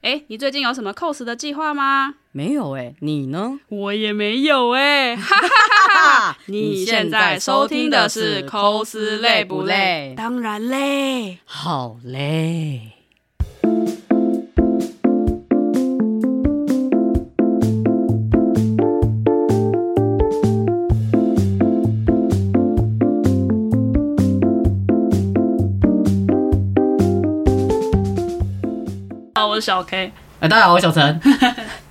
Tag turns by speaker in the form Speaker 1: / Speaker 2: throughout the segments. Speaker 1: 哎，你最近有什么 cos 的计划吗？
Speaker 2: 没有哎、你呢？
Speaker 1: 我也没有哎、 哈哈哈哈！你现在收听的是 cos 累不累？当然累。
Speaker 2: 好嘞。
Speaker 1: 好，我是小 K，
Speaker 2: 呃，大家好，我是小陈。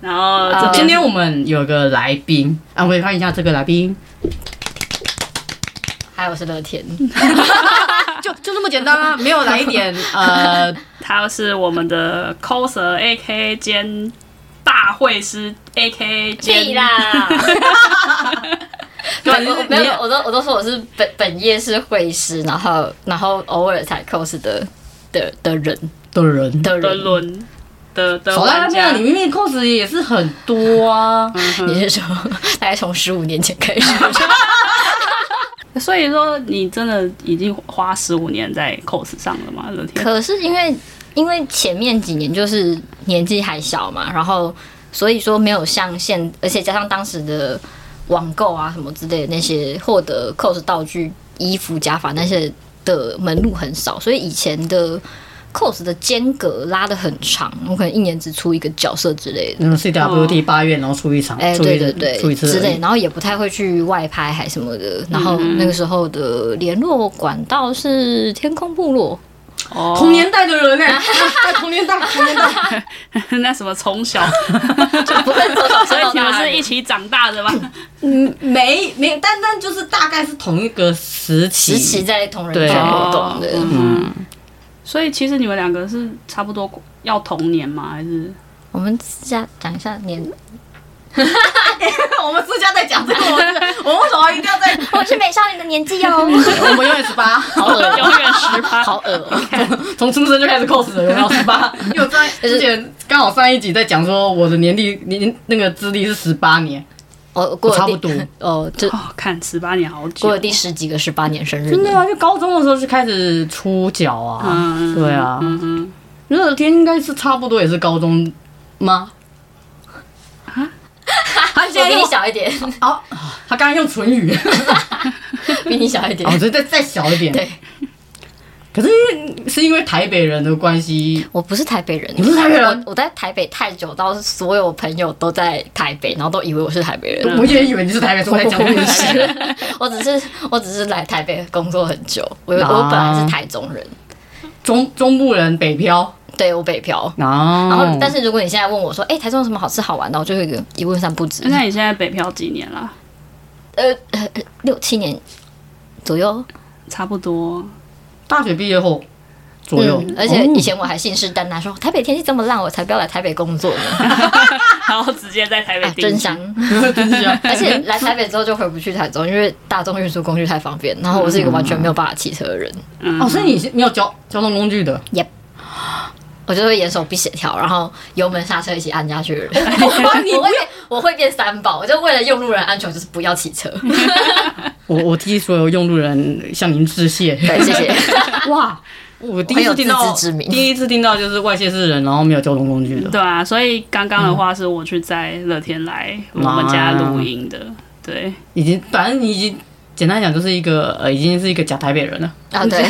Speaker 1: 然后这
Speaker 2: 今
Speaker 1: 边、
Speaker 2: 天我们有个来宾啊，我也看一下这个来宾，
Speaker 3: 嗨，我是乐天。
Speaker 2: 就就这么简单啊，没有来一 点呃，
Speaker 1: 他是我们的 coser A K 兼大会师 A K
Speaker 3: 屁
Speaker 1: 兼
Speaker 3: 啦！
Speaker 2: 对
Speaker 3: 我我没有，我都我都说我是本本业是会师，然后然后偶尔才 cos 的的的人
Speaker 2: 的人，
Speaker 3: 的
Speaker 1: 的
Speaker 3: 人。
Speaker 1: 轮的的
Speaker 2: 少在那
Speaker 1: 玩
Speaker 2: 边啊，
Speaker 1: 家嗯
Speaker 2: 你。明明 cos 也是很多啊。
Speaker 3: 你是说大概从十五年前开始？
Speaker 1: 所以说，你真的已经花十五年在 cos 上了吗？乐天，
Speaker 3: 可是因为因为前面几年就是年纪还小嘛，然后所以说没有像现，而且加上当时的网购啊什么之类的那些获得 cos 道具、衣服、假发那些的门路很少，所以以前的 cos 的间隔拉得很长，我可能一年只出一个角色之类的。
Speaker 2: 那种 CWT 嗯八月，然后出一场，
Speaker 3: 哎、
Speaker 2: 出
Speaker 3: 对
Speaker 2: 一
Speaker 3: 对对
Speaker 2: 出一，次
Speaker 3: 之
Speaker 2: 而
Speaker 3: 类，
Speaker 2: 已，
Speaker 3: 然后也不太会去外拍还什么的，然后那个时候的联络管道是天空部落，
Speaker 1: 哦
Speaker 2: 同年代的人哎，在同年代，同年代。
Speaker 1: 那什么从 小，
Speaker 3: 不是走到
Speaker 1: 所以
Speaker 3: 走到
Speaker 1: 你们
Speaker 3: 哪
Speaker 1: 是
Speaker 3: 里
Speaker 1: 一起长大的吧？
Speaker 2: 嗯，没没，单单就是大概是同一个时期。
Speaker 3: 时期在同人
Speaker 2: 对
Speaker 3: 圈活
Speaker 1: 哦
Speaker 3: 动的，
Speaker 1: 嗯，所以其实你们两个是差不多要同年吗？还是
Speaker 3: 我们下讲一下年，
Speaker 2: 我们私下在讲这个，我们 我们为什么一定要在？
Speaker 3: 我是美少女的年纪哦，
Speaker 2: 我们永远十八，
Speaker 3: 好恶哦，
Speaker 1: 永远十八？
Speaker 3: 好恶哦，
Speaker 2: 从出生就开始 cos 了，有没有十八？因为我在之前刚好上一集在讲说我的年历年那个资历是十八年，
Speaker 3: 哦，过了
Speaker 2: 差
Speaker 3: 第
Speaker 2: 不多
Speaker 3: 哦，这
Speaker 1: 哦，看十八年好久
Speaker 3: 过了。第十几个十八年生日
Speaker 2: 真的
Speaker 3: 呢，
Speaker 2: 啊，就高中的时候就开始出脚啊，
Speaker 1: 嗯，
Speaker 2: 对啊，
Speaker 1: 嗯嗯，
Speaker 2: 乐天应该是差不多也是高中吗？啊 他现在
Speaker 3: 我比
Speaker 2: 用
Speaker 3: 你小一点，
Speaker 2: 哦，他刚刚用唇语，
Speaker 3: 比你小一点
Speaker 2: 哦，，这再再小一点，
Speaker 3: 对，
Speaker 2: 可是因为是因为台北人的关系，
Speaker 3: 我不是台北人，
Speaker 2: 你不是台北人
Speaker 3: 我我在台北太久，到所有朋友都在台北，然后都以为我是台北人，
Speaker 2: 我也以为你是台北，所以我在讲
Speaker 3: 我
Speaker 2: 你
Speaker 3: 不
Speaker 2: 是台北人。
Speaker 3: 是，我只是我只是来台北工作很久，我我
Speaker 2: 啊
Speaker 3: 本来是台中人，
Speaker 2: 中中部人北漂，
Speaker 3: 对我北漂。
Speaker 2: 然
Speaker 3: 然后，但是如果你现在问我说，哎、台中有什么好吃好玩的，我就会有一个一问三不知。
Speaker 1: 那你现在北漂几年了？
Speaker 3: 呃呃呃六七年左右，
Speaker 1: 差不
Speaker 3: 啊
Speaker 1: 多。
Speaker 2: 大学毕业后左右哦
Speaker 3: 嗯，，而且以前我还信誓旦旦说、台北天气这么烂，我才不要来台北工作 呢，
Speaker 1: 然后直接在台北
Speaker 3: 啊、
Speaker 1: 定
Speaker 3: 真
Speaker 1: 居。
Speaker 3: 香。
Speaker 2: 哦真是啊
Speaker 3: 而且来台北之后就回不去台中，因为大众运输工具太方便。然后我是一个完全没有办法骑车的人，
Speaker 1: 嗯
Speaker 2: 哦，所以你是没有交交通工具的，
Speaker 3: 我就会眼手不协调，然后油门刹车一起按下去的 人。我会变我会变三宝，我就为了用路人安全，我就是不要骑车。
Speaker 2: 我我替所有用路人向您致谢。
Speaker 3: 对，谢谢。
Speaker 2: 哇，我第一次听
Speaker 3: 很
Speaker 2: 到
Speaker 3: 有自知之明
Speaker 2: 第一次听到就是外县市人，然后没有交通工具的。
Speaker 1: 对啊，所以刚刚
Speaker 2: 嗯
Speaker 1: 的话是我去在乐天来我们
Speaker 2: 啊
Speaker 1: 家录音的。对，
Speaker 2: 已经，反正你已经简单讲就是一个呃，已经是一个假台北人了。
Speaker 3: 啊，对。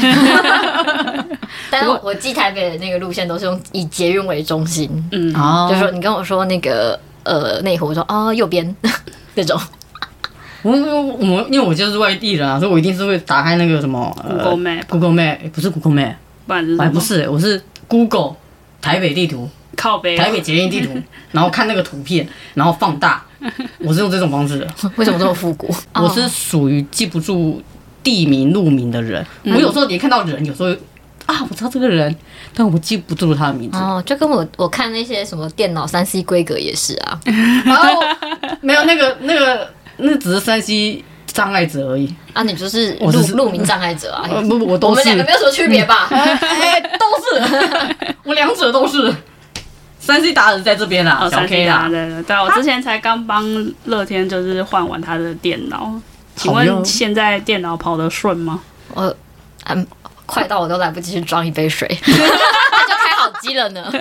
Speaker 3: 但是我我寄台北的那个路线都是用以捷运为中心，
Speaker 1: 嗯，
Speaker 2: 哦
Speaker 3: 就是说你跟我说那个呃内湖，我说哦右边 那种。
Speaker 2: 我我我，因为我就是外地人啊，所以我一定是会打开那个什么呃
Speaker 1: Google Map
Speaker 2: Google Map 诶不是 Google Map，
Speaker 1: 不然就是什
Speaker 2: 哎
Speaker 1: 么
Speaker 2: 不是，我是 Google 台北地图，
Speaker 1: 靠北啊
Speaker 2: 台北捷运地图，然后看那个图片，然后放大，我是用这种方式的。
Speaker 3: 为什么这么复古？
Speaker 2: 我是属于记不住地名路名的人，我有时候也看到人，有时候啊我知道这个人，但我记不住他的名字。
Speaker 3: 哦，就跟我我看那些什么电脑三 C 规格也是啊，
Speaker 2: 然后没有那个那个那只是山西障碍者而已，
Speaker 3: 啊你 就是
Speaker 2: 我
Speaker 3: 路
Speaker 2: 只是
Speaker 3: 路名障碍者啊，
Speaker 2: 呃不不我
Speaker 3: 我
Speaker 2: 都
Speaker 3: 们
Speaker 2: 是
Speaker 3: 两个没有什么区别吧？
Speaker 2: 哎， 都是，我两者都是。三 C 达人在这边啦，
Speaker 1: 哦，
Speaker 2: 小
Speaker 1: 三
Speaker 2: K
Speaker 1: 达
Speaker 2: 啦，
Speaker 1: 对对对，我之前才刚帮乐天就是换完他的电脑，请
Speaker 2: 好
Speaker 1: 问
Speaker 2: 用
Speaker 1: 现在电脑跑得顺吗？
Speaker 3: 我嗯，快到我都来不及去装一杯水，他就开好手机了呢。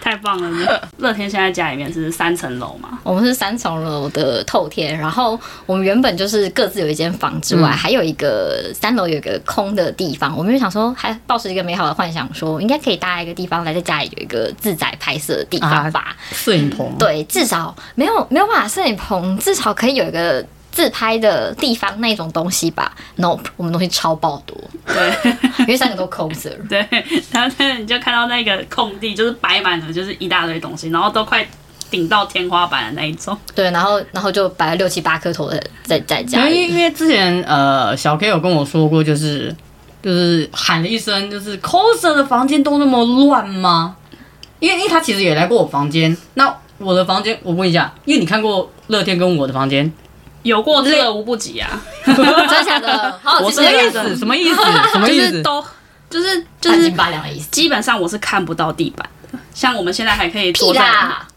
Speaker 1: 太棒了呢！乐天现在家里面是三层楼嘛，
Speaker 3: 我们是三重楼的透天，然后我们原本就是各自有一间房之外，还有一个三楼有一个空的地方。我们就想说，还抱持一个美好的幻想说，应该可以搭一个地方来在家里有一个自在拍摄的地方吧。
Speaker 2: 摄影棚，
Speaker 3: 对，至少没有没有办法摄影棚，至少可以有一个自拍的地方那种东西吧。Nope，我们东西超爆多，
Speaker 1: 对
Speaker 3: 因为三个都 coser。
Speaker 1: 对，然后你就看到那个空地就是摆满了，就是一大堆东西，然后都快顶到天花板的那一种。
Speaker 3: 对，然后然后就摆了六七八颗头在在在
Speaker 2: 因
Speaker 3: 家
Speaker 2: 为
Speaker 3: 里。
Speaker 2: 因为之前呃，小 K 有跟我说过，就是就是喊了一声，就是 coser 的房间都那么乱吗？因为因为他其实也来过我房间，那我的房间我问一下，因为你看过乐天跟我的房间，
Speaker 1: 有过之而无不及啊！
Speaker 3: 真的假的？
Speaker 1: 哦
Speaker 3: 好好
Speaker 2: 我
Speaker 3: 吃
Speaker 2: 什么意
Speaker 3: 的，
Speaker 2: 思？什 么意思？什么
Speaker 1: 就
Speaker 2: 意
Speaker 1: 是
Speaker 2: 思？
Speaker 1: 都就是就
Speaker 3: 半
Speaker 1: 是
Speaker 3: 斤八两的意思。
Speaker 1: 基本上我是看不到地板的，像我们现在还可以
Speaker 3: 屁
Speaker 1: 坐在
Speaker 3: 啦！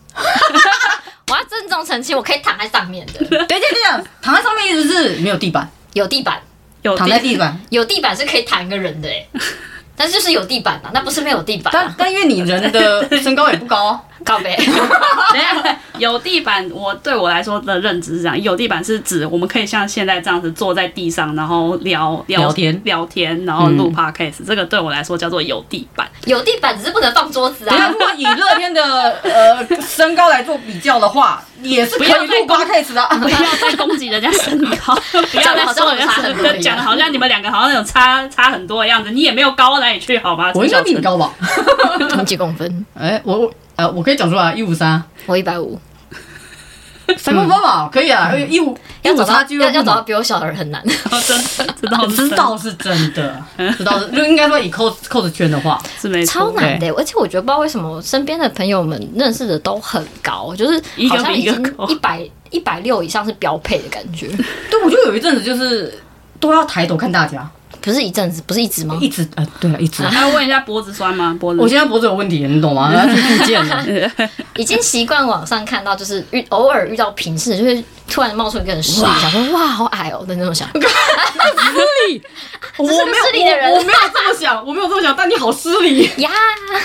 Speaker 3: 我要郑重澄清，我可以躺在上面的，
Speaker 2: 对对对，躺在上面意思是没有地板，
Speaker 3: 有地板，
Speaker 1: 有
Speaker 2: 躺在地板。
Speaker 3: 有地板是可以躺一个人的哎、但是就是有地板啊，那不是没有地板、
Speaker 2: 但
Speaker 3: 啊，
Speaker 2: 但因为你人的身高也 不高啊，
Speaker 3: 告 白。
Speaker 1: 等一下，有地板，我对我来说的认知是这样：有地板是指我们可以像现在这样子坐在地上，然后聊聊
Speaker 2: 聊天
Speaker 1: 聊天，然后录
Speaker 2: 嗯
Speaker 1: podcast、这个对我来说叫做有地板。
Speaker 3: 有地板只是不能放桌子
Speaker 2: 等一下，
Speaker 3: 啊
Speaker 2: 如。果以乐天的呃身高来做比较的话，也是可以录 podcast 的啊。
Speaker 1: 不要再攻击人家身高，不要
Speaker 3: 讲得
Speaker 1: 再
Speaker 3: 好像
Speaker 1: 说
Speaker 3: 我
Speaker 1: 人
Speaker 3: 们
Speaker 1: 家
Speaker 3: 差
Speaker 1: 身
Speaker 3: 很
Speaker 1: 高
Speaker 3: 多一，样
Speaker 1: 讲的好像你们两个好像有差差很多的样子，你也没有高到哪里去，好吗？
Speaker 2: 我应该比你
Speaker 1: 陈小春。
Speaker 2: 高吧？
Speaker 3: 你 几公分？
Speaker 2: 哎，我我呃，我可以讲出来，一五 三，
Speaker 3: 我一百五，
Speaker 2: 三公分吧，可以啊，一五一
Speaker 3: 要
Speaker 2: 五
Speaker 3: 找
Speaker 2: 差
Speaker 3: 到
Speaker 2: 距
Speaker 3: 要要找到比我小的人很难。
Speaker 1: 哦真的知道是
Speaker 2: 知道是真的， 知道是就应该说以扣扣子圈的话，
Speaker 1: 是没
Speaker 3: 超
Speaker 1: 错，
Speaker 3: 难的欸、而且我觉得不知道为什么身边的朋友们认识的都很高，就是
Speaker 1: 一个
Speaker 3: 好像
Speaker 1: 比一
Speaker 3: 已
Speaker 1: 个
Speaker 3: 经
Speaker 1: 高
Speaker 3: 一百一百六以上是标配的感觉，
Speaker 2: 对，我就有一阵子就是都要抬头看大家，
Speaker 3: 不是一阵子，不是一直吗
Speaker 2: 一？直呃，对了，一直啊。
Speaker 1: 还要问一下脖子酸吗？脖子
Speaker 2: 我现在脖子有问题，你懂 吗？然后去复健了。
Speaker 3: 已经习惯网上看到，就是遇偶尔遇到平视，就会突然冒出一个人视力，想说哇好矮哦的那种想法。
Speaker 2: 我
Speaker 3: 是个失礼的人
Speaker 2: 我我没有这么想，我没有这么想，但你好失礼，
Speaker 3: 呀，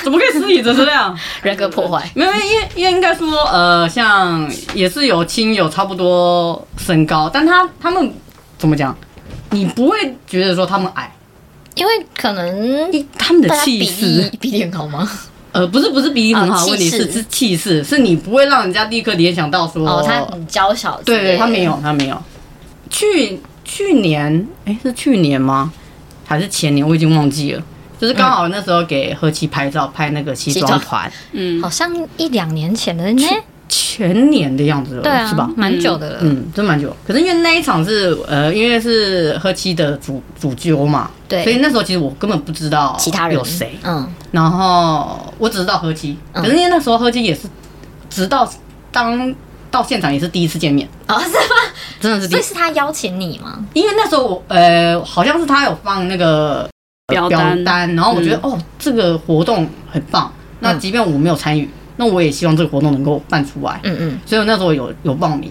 Speaker 2: 怎么可以失礼成这样？
Speaker 3: 人格破坏。
Speaker 2: 没有，因为因为应该说，呃，像也是有亲友差不多身高，但他他们怎么讲？你不会觉得说他们矮，
Speaker 3: 因为可能
Speaker 2: 他们的
Speaker 3: 大家比
Speaker 2: 气势，
Speaker 3: 例比例很高吗？
Speaker 2: 呃，不是不是比例很好，
Speaker 3: 哦
Speaker 2: 问题
Speaker 3: 气势
Speaker 2: 是是气势，是你不会让人家立刻联想到说，
Speaker 3: 哦，他很娇小之类
Speaker 2: 对
Speaker 3: 的，
Speaker 2: 对，他没有，他没有。去去年，哎，是去年吗？还是前年？我已经忘记了。就是刚好那时候给何其拍照，拍那个西
Speaker 3: 嗯西
Speaker 2: 装
Speaker 3: 装
Speaker 2: 团，
Speaker 1: 嗯
Speaker 3: 好像一两年前的呢，
Speaker 2: 前年的样子了，
Speaker 3: 对啊，
Speaker 2: 是吧？
Speaker 3: 蛮久的了。
Speaker 2: 嗯，真蛮久。可是因为那一场是呃，因为是何七的主主揪嘛，
Speaker 3: 对
Speaker 2: 所以那时候其实我根本不知道
Speaker 3: 其他人
Speaker 2: 有谁，
Speaker 3: 嗯，
Speaker 2: 然后我只知道何七，可
Speaker 3: 嗯
Speaker 2: 是因为那时候何七也是，直到当到现场也是第一次见面，
Speaker 3: 哦，是吗？
Speaker 2: 真的是第
Speaker 3: 所
Speaker 2: 一
Speaker 3: 以
Speaker 2: 次，
Speaker 3: 是他邀请你吗？
Speaker 2: 因为那时候我呃，好像是他有放那个呃
Speaker 1: 表
Speaker 2: 表
Speaker 1: 单
Speaker 2: 单，然后我觉得、
Speaker 1: 嗯
Speaker 2: 哦，这个活动很棒，那
Speaker 3: 嗯
Speaker 2: 即便我没有参与，那我也希望这个活动能够办出来，
Speaker 3: 嗯嗯，
Speaker 2: 所以我那时候有有报名，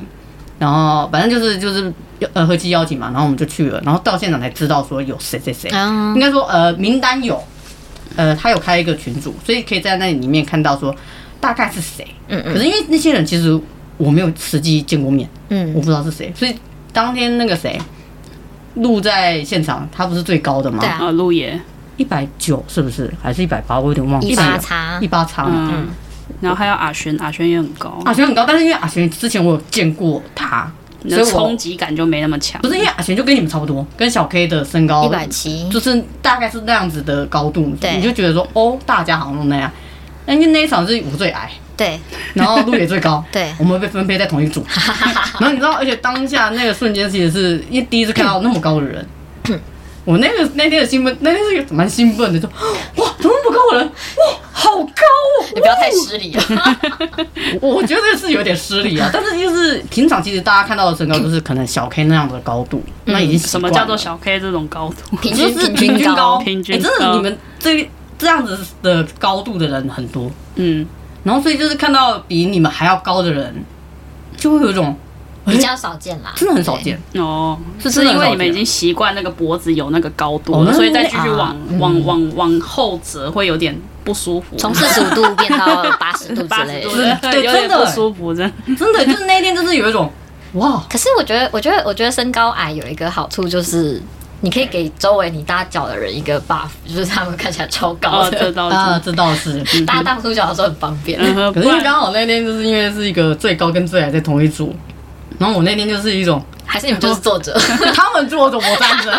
Speaker 2: 然后反正就是就是呃合期邀请嘛，然后我们就去了，然后到现场才知道说有谁谁谁，
Speaker 3: 啊
Speaker 2: 应，该说呃名单有，呃他有开一个群组，所以可以在那里面看到说大概是谁，
Speaker 3: 嗯
Speaker 2: 可是因为那些人其实我没有实际见过面，我
Speaker 3: 嗯，
Speaker 2: 不知道是谁，所以当天那个谁录在现场，他不是最高的吗
Speaker 3: 对？啊
Speaker 1: 啊，路野，
Speaker 2: 一百九是不是？还是一百八？我有点忘记了。
Speaker 3: 一八叉
Speaker 2: 一八叉。
Speaker 1: 嗯，然后还有阿轩，阿轩也很高，
Speaker 2: 阿璇很高，但是因为阿璇之前我有见过他，
Speaker 1: 你
Speaker 2: 所
Speaker 1: 的
Speaker 2: 以我
Speaker 1: 冲击感就没那么强
Speaker 2: 不。是因为阿璇就跟你们差不多，跟小 K 的身高
Speaker 3: 一百，七，
Speaker 2: 就是大概是那样子的高度，
Speaker 3: 对
Speaker 2: 你就觉得说哦，大家好像都那样。但因为那一场是我最 矮，
Speaker 3: 对，
Speaker 2: 然后路也最高
Speaker 3: 对
Speaker 2: 我们被分配在同一 组。然后你知道，而且当下那个瞬间，其实是因为第一次看到那么高的人，
Speaker 3: 嗯
Speaker 2: 我那个那天的兴奋，那天是蛮兴奋的，就 哇，怎么那么高的人？哇，好高哦！
Speaker 3: 你不要太失礼啊。
Speaker 2: 我我觉得是有点失礼啊，但是就是平常其实大家看到的身高就是可能小 K 那样的高度，
Speaker 3: 嗯
Speaker 2: 那已经习
Speaker 1: 什
Speaker 2: 惯
Speaker 1: 么
Speaker 2: 了
Speaker 1: 叫做小 K 这种高度？
Speaker 3: 平
Speaker 2: 就
Speaker 3: 均
Speaker 2: 是平均高，
Speaker 1: 平均
Speaker 2: 哎
Speaker 1: 高
Speaker 2: 真的你们这这样子的高度的人很多，
Speaker 1: 嗯，
Speaker 2: 然后所以就是看到比你们还要高的人，就会有一种
Speaker 3: 比较少见啦，
Speaker 2: 真的很少见。
Speaker 1: 哦，
Speaker 2: 是
Speaker 1: 是
Speaker 2: 真的
Speaker 1: 因
Speaker 2: 很
Speaker 1: 为
Speaker 2: 少
Speaker 1: 你们已
Speaker 2: 见
Speaker 1: 经习惯那个脖子有那个高度
Speaker 2: 哦
Speaker 1: 了，
Speaker 2: 那
Speaker 1: 所以再继续
Speaker 2: 啊
Speaker 1: 往往往往后折会有点不舒服，
Speaker 3: 从四十五度变到八十度之
Speaker 1: 八
Speaker 3: 类
Speaker 1: 十
Speaker 3: 的
Speaker 1: 度。
Speaker 2: 对
Speaker 1: 有点
Speaker 2: 真的
Speaker 1: 不舒服，真的。
Speaker 2: 真的就是那一天，就是有 一种哇，
Speaker 3: 可是我觉得，我觉得，我觉得身高矮有一个好处就是，你可以给周围你搭脚的人一个 buff，就是他们看起来超高
Speaker 1: 哦，这
Speaker 3: 的，
Speaker 1: 倒
Speaker 2: 啊，
Speaker 1: 是，
Speaker 2: 这倒是。
Speaker 3: 搭大凸脚的时候很方便。
Speaker 1: 嗯哼，
Speaker 2: 可
Speaker 1: 不
Speaker 2: 是因为
Speaker 1: 然
Speaker 2: 刚好那天就是因为是一个最高跟最矮在同一组，然后我那天就是一种
Speaker 3: 还是你们就是坐着，
Speaker 2: 他们坐着我 站着，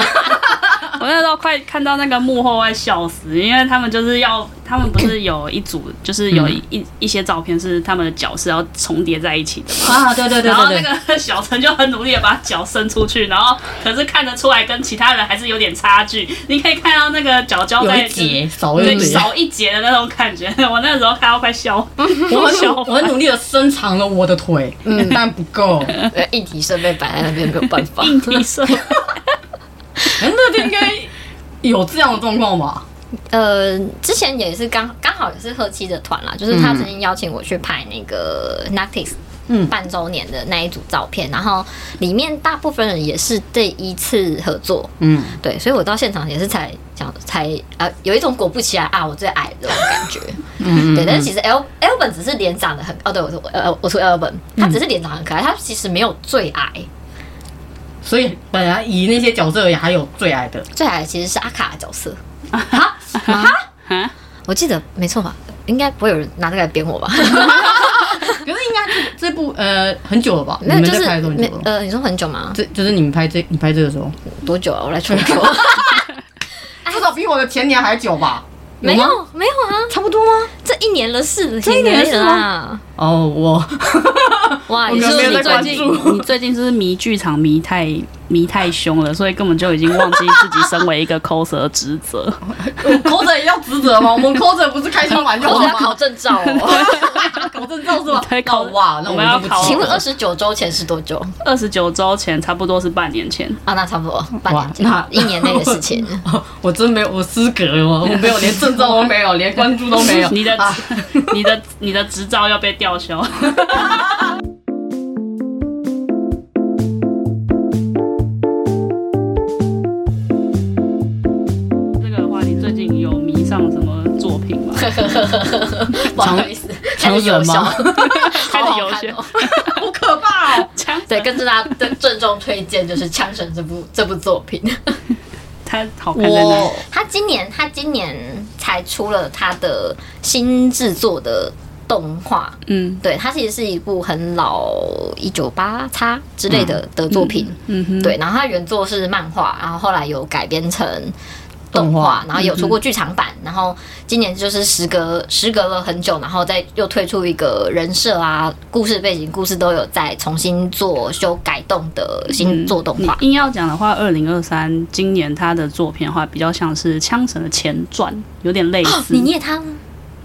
Speaker 1: 我那时候快看到那个幕后，快笑死，因为他们就是要，他们不是有一组，就是
Speaker 2: 嗯
Speaker 1: 有一一一些照片是他们的脚是要重叠在一起的嘛。
Speaker 2: 啊，对对对
Speaker 1: 然后
Speaker 2: 对
Speaker 1: 那
Speaker 2: 对，
Speaker 1: 个 小陈就很努力的把脚伸出去，然后可是看得出来跟其他人还是有点差距。你可以看到那个脚脚
Speaker 2: 有
Speaker 1: 在嗯
Speaker 2: 一节少
Speaker 1: 对
Speaker 2: 一节，
Speaker 1: 少一截的那种感觉， 我那时候看到快笑。
Speaker 2: 我很努我很努力的伸长了我的腿，嗯，但不 够。
Speaker 3: 呃硬体设备摆在那边没有办法。
Speaker 1: 硬体 设备，
Speaker 2: 哎那天应该有这样的状况吧？
Speaker 3: 呃，之前也是刚刚好也是贺七的团啦，就是他曾经邀请我去拍那个 Nactis
Speaker 2: 嗯
Speaker 3: 半周年的那一组照片，然后里面大部分人也是第一次合作，
Speaker 2: 嗯，
Speaker 3: 对，所以我到现场也是才想才呃有一种果不其然啊，我最矮的这种感觉，嗯，对，但是其实 L L 本只是脸长得很哦，对我说呃我说 L 本，他只是脸长得很可爱，他其实没有最矮，
Speaker 2: 所以本来以那些角色而言，还有最矮 的，
Speaker 3: 最矮的其实是阿卡的角色，
Speaker 1: 啊
Speaker 3: 我记得没错吧？应该不会有人拿这个来编我吧？
Speaker 2: 可是应该这这部呃很久了吧？
Speaker 3: 没有，
Speaker 2: 你
Speaker 3: 就
Speaker 2: 们
Speaker 3: 是
Speaker 2: 在拍的时候很
Speaker 3: 没
Speaker 2: 久了。
Speaker 3: 呃，你说很久吗？
Speaker 2: 这就是你们拍这你拍这个时候，
Speaker 3: 多久啊？我来 重说。哎
Speaker 2: 至少比我的前年还久吧？
Speaker 3: 没
Speaker 2: 吗，
Speaker 3: 有，没有啊，
Speaker 2: 差不多吗？
Speaker 3: 这一年的事，
Speaker 2: 这一年的事
Speaker 3: 啊！
Speaker 2: 哦， 我我
Speaker 3: 哇，你
Speaker 2: 可
Speaker 3: 说
Speaker 2: 能没有
Speaker 3: 你
Speaker 2: 在
Speaker 3: 最
Speaker 2: 关
Speaker 3: 近
Speaker 2: 注
Speaker 1: 你最近是不是迷剧场迷太迷太凶了，所以根本就已经忘记自己身为一个 coser 的职责。
Speaker 2: 抠着也要职责吗？ 我们抠着不是开心玩就
Speaker 3: 我
Speaker 2: 好
Speaker 3: 是要考
Speaker 2: 吗？
Speaker 3: 证照 哦。
Speaker 2: 考证照是吧
Speaker 1: 对？
Speaker 2: 那
Speaker 1: 考
Speaker 2: 哇，那
Speaker 1: 我们
Speaker 2: 我们
Speaker 1: 要
Speaker 2: 就不知道
Speaker 1: 考
Speaker 3: 请问二十九周前是多久
Speaker 1: 二十九周前，差不多是半年前。
Speaker 3: 啊？那差不多半
Speaker 2: 哇
Speaker 3: 年前
Speaker 2: 那，
Speaker 3: 一年内的事 情。
Speaker 2: 我真没有，我失格了，我没有，连证照都没 有，连关注都没有。
Speaker 1: 你的、
Speaker 2: 啊
Speaker 1: 你的、你的执照要被吊销。 这个的话，你最近有迷上什么作品 吗？
Speaker 3: 不好意思，
Speaker 2: 长
Speaker 3: 开始有
Speaker 2: 长
Speaker 3: 效，
Speaker 2: 人吗
Speaker 3: 开
Speaker 1: 开始有
Speaker 3: 看 哦。
Speaker 2: 好可怕 哦！
Speaker 1: 枪
Speaker 3: 对，跟着大家郑郑重推荐就是《枪神》这部 这部作品。
Speaker 1: 它好看在哪
Speaker 2: 我
Speaker 1: 里？
Speaker 3: 他今年他今年才出了他的新制作的动画，
Speaker 1: 嗯
Speaker 3: 对，它其实是一部很老一九八叉之类的、的作品，
Speaker 1: 嗯哼，
Speaker 3: 对。然后它原作是漫画，然后后来有改编成动
Speaker 2: 动
Speaker 3: 画
Speaker 2: 画，
Speaker 3: 然后有出过剧场
Speaker 1: 嗯
Speaker 3: 版，然后今年就是时隔时隔了很久，然后再又推出一个人设啊、故事背景、故事都有再重新做修改动的新作动
Speaker 1: 你
Speaker 3: 画。
Speaker 1: 硬要讲的话，二零二三今年他的作品的话，比较像是《枪神》的前传，有点类似。
Speaker 3: 哦你念它吗？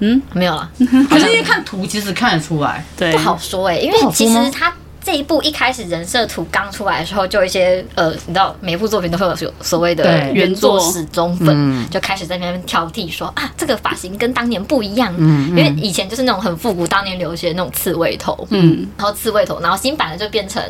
Speaker 1: 嗯，
Speaker 3: 没有了。
Speaker 2: 可是因为看图其实看得出来，
Speaker 1: 对
Speaker 3: 不，好说哎、因为
Speaker 2: 不好
Speaker 3: 其
Speaker 2: 说吗
Speaker 3: 实他这一部一开始人设图刚出来的时候，就有一些呃，你知道每部作品都会有有所谓的
Speaker 2: 对嗯
Speaker 3: 原作
Speaker 1: 原作
Speaker 3: 始终粉，就开始在那边挑剔说啊，这个发型跟当年不一样，
Speaker 2: 嗯
Speaker 3: 因为以前就是那种很复古，当年流行的那种刺猬头，嗯，然后刺猬头，然后新版的就变成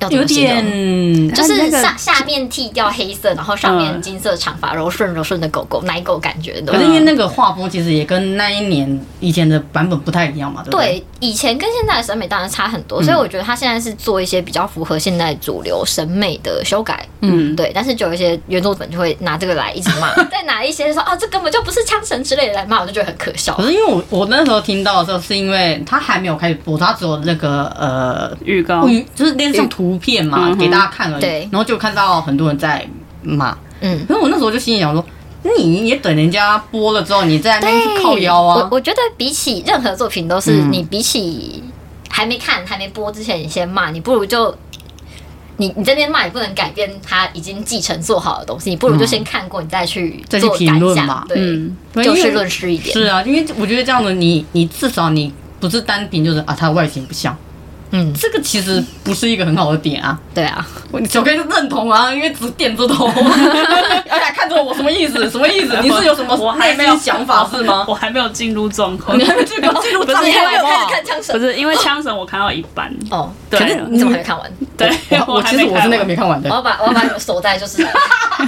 Speaker 3: 要怎
Speaker 2: 有
Speaker 3: 么形容
Speaker 2: 点呃
Speaker 3: 就
Speaker 1: 它那
Speaker 3: 是
Speaker 1: 个
Speaker 3: 下下面剃掉黑色，然后上面
Speaker 1: 嗯
Speaker 3: 金色长发，柔顺柔顺的狗狗奶狗感觉的。
Speaker 2: 可是因为那个画风其实也跟那一年以前的版本不太一样嘛，对不对？
Speaker 3: 对，以前跟现在的审美当然差很多，
Speaker 2: 嗯
Speaker 3: 所以我觉得他现在是做一些比较符合现在主流审美的修改。嗯，对。但是就有一些原作粉就会拿这个来一直 骂，再拿一些说啊，这根本就不是枪神之类的来骂，我就觉得很可笑
Speaker 2: 可。是因为我我那时候听到的时候，是因为它还没有开始播，它只有那个呃，
Speaker 1: 预
Speaker 3: 哦
Speaker 1: 告。
Speaker 2: 嗯就是类似像图片嘛，
Speaker 1: 嗯哼
Speaker 2: 给大家看而已。
Speaker 3: 对
Speaker 2: 然后就看到很多人在骂，
Speaker 3: 嗯，
Speaker 2: 可是我那时候就心里想说，你也等人家播了之后，你在那边去靠腰
Speaker 3: 我
Speaker 2: 啊。
Speaker 3: 我觉得比起任何作品都是，
Speaker 2: 嗯
Speaker 3: 你比起还没看、还没播之前，你先骂，你不如就。你你这边骂也不能改变他已经继承做好的东西，你不如就先看过，你再去
Speaker 2: 嗯再去
Speaker 3: 做
Speaker 2: 评
Speaker 3: 感
Speaker 2: 论
Speaker 3: 想
Speaker 2: 嘛，
Speaker 3: 对，
Speaker 1: 嗯，
Speaker 2: 对
Speaker 3: 就
Speaker 2: 因为
Speaker 3: 事论事一点。
Speaker 2: 是啊，因为我觉得这样的你，你至少你不是单凭就是啊，它的外形不像，
Speaker 3: 嗯，
Speaker 2: 这个其实不是一个很好的点啊。
Speaker 3: 对啊。
Speaker 2: 我小 K 是认同啊，因为只点着 头，而且看着我什么意思？什么意思？你是有什么
Speaker 1: 我还
Speaker 2: 内
Speaker 1: 没
Speaker 2: 心
Speaker 1: 有
Speaker 2: 想法是 吗？
Speaker 1: 我还没有进入状况
Speaker 2: 你。还没进入进入
Speaker 1: 不
Speaker 2: 状
Speaker 1: 是因为
Speaker 2: 态
Speaker 1: 我
Speaker 2: 好不好？
Speaker 3: 枪
Speaker 1: 不是因为枪神，我看到一半，
Speaker 3: 哦，
Speaker 1: 对嗯
Speaker 3: 可是你怎么还没看完？
Speaker 1: 对，
Speaker 2: 我
Speaker 1: 还
Speaker 2: 其实
Speaker 1: 没
Speaker 2: 我是
Speaker 1: 看
Speaker 2: 那个
Speaker 1: 完
Speaker 2: 没看完
Speaker 3: 我
Speaker 2: 的，
Speaker 3: 要把我要把你们锁在就是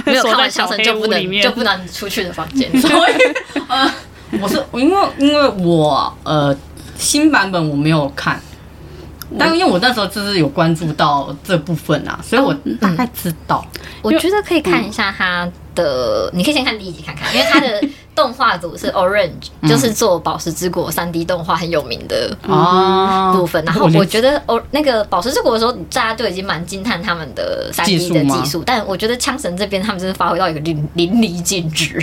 Speaker 3: 没有看完枪神就不
Speaker 1: 锁在小黑屋里
Speaker 3: 能
Speaker 1: 面
Speaker 3: 就不能出去的房间。
Speaker 2: 所以呃，我是因为因为我呃新版本我没有看，但因为我那时候就是有关注到这部分啊，所以我大概知道。
Speaker 3: 我觉得可以看一下它的，你可以先看第一集看看，因为它的动画组是 Orange，就是做《宝石之国》三 D 动画很有名的
Speaker 2: 哦
Speaker 3: 部分。然后我觉得哦，那个《宝石之国》的时候，大家就已经蛮惊叹他们的三 D 的
Speaker 2: 技术吗
Speaker 3: 技术，但我觉得枪神这边他们真的发挥到一个淋淋漓尽致。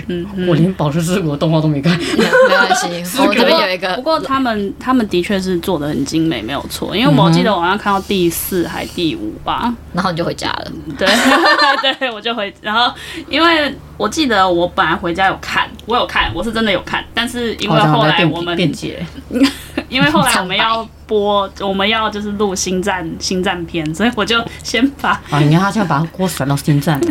Speaker 2: 我连《宝石之国》动画都没看，
Speaker 3: 没关系，我们这边有一
Speaker 1: 不
Speaker 3: 个，
Speaker 1: 过他们他们的确是做的很精美，没有错。因为
Speaker 2: 嗯
Speaker 1: 我记得我好像看到第四还第五吧，
Speaker 3: 然后你就回家了。
Speaker 1: 对 对，我就回。然后因为我记得我本来回家有看，我有看，我是真的有看，但是因为后
Speaker 2: 好像在
Speaker 1: 来
Speaker 2: 辩
Speaker 1: 我们
Speaker 2: 辩解，
Speaker 1: 因为后来我们要播，我们要就是录星战星战片，所以我就先把
Speaker 2: 啊，你看他现在把锅甩到星战了，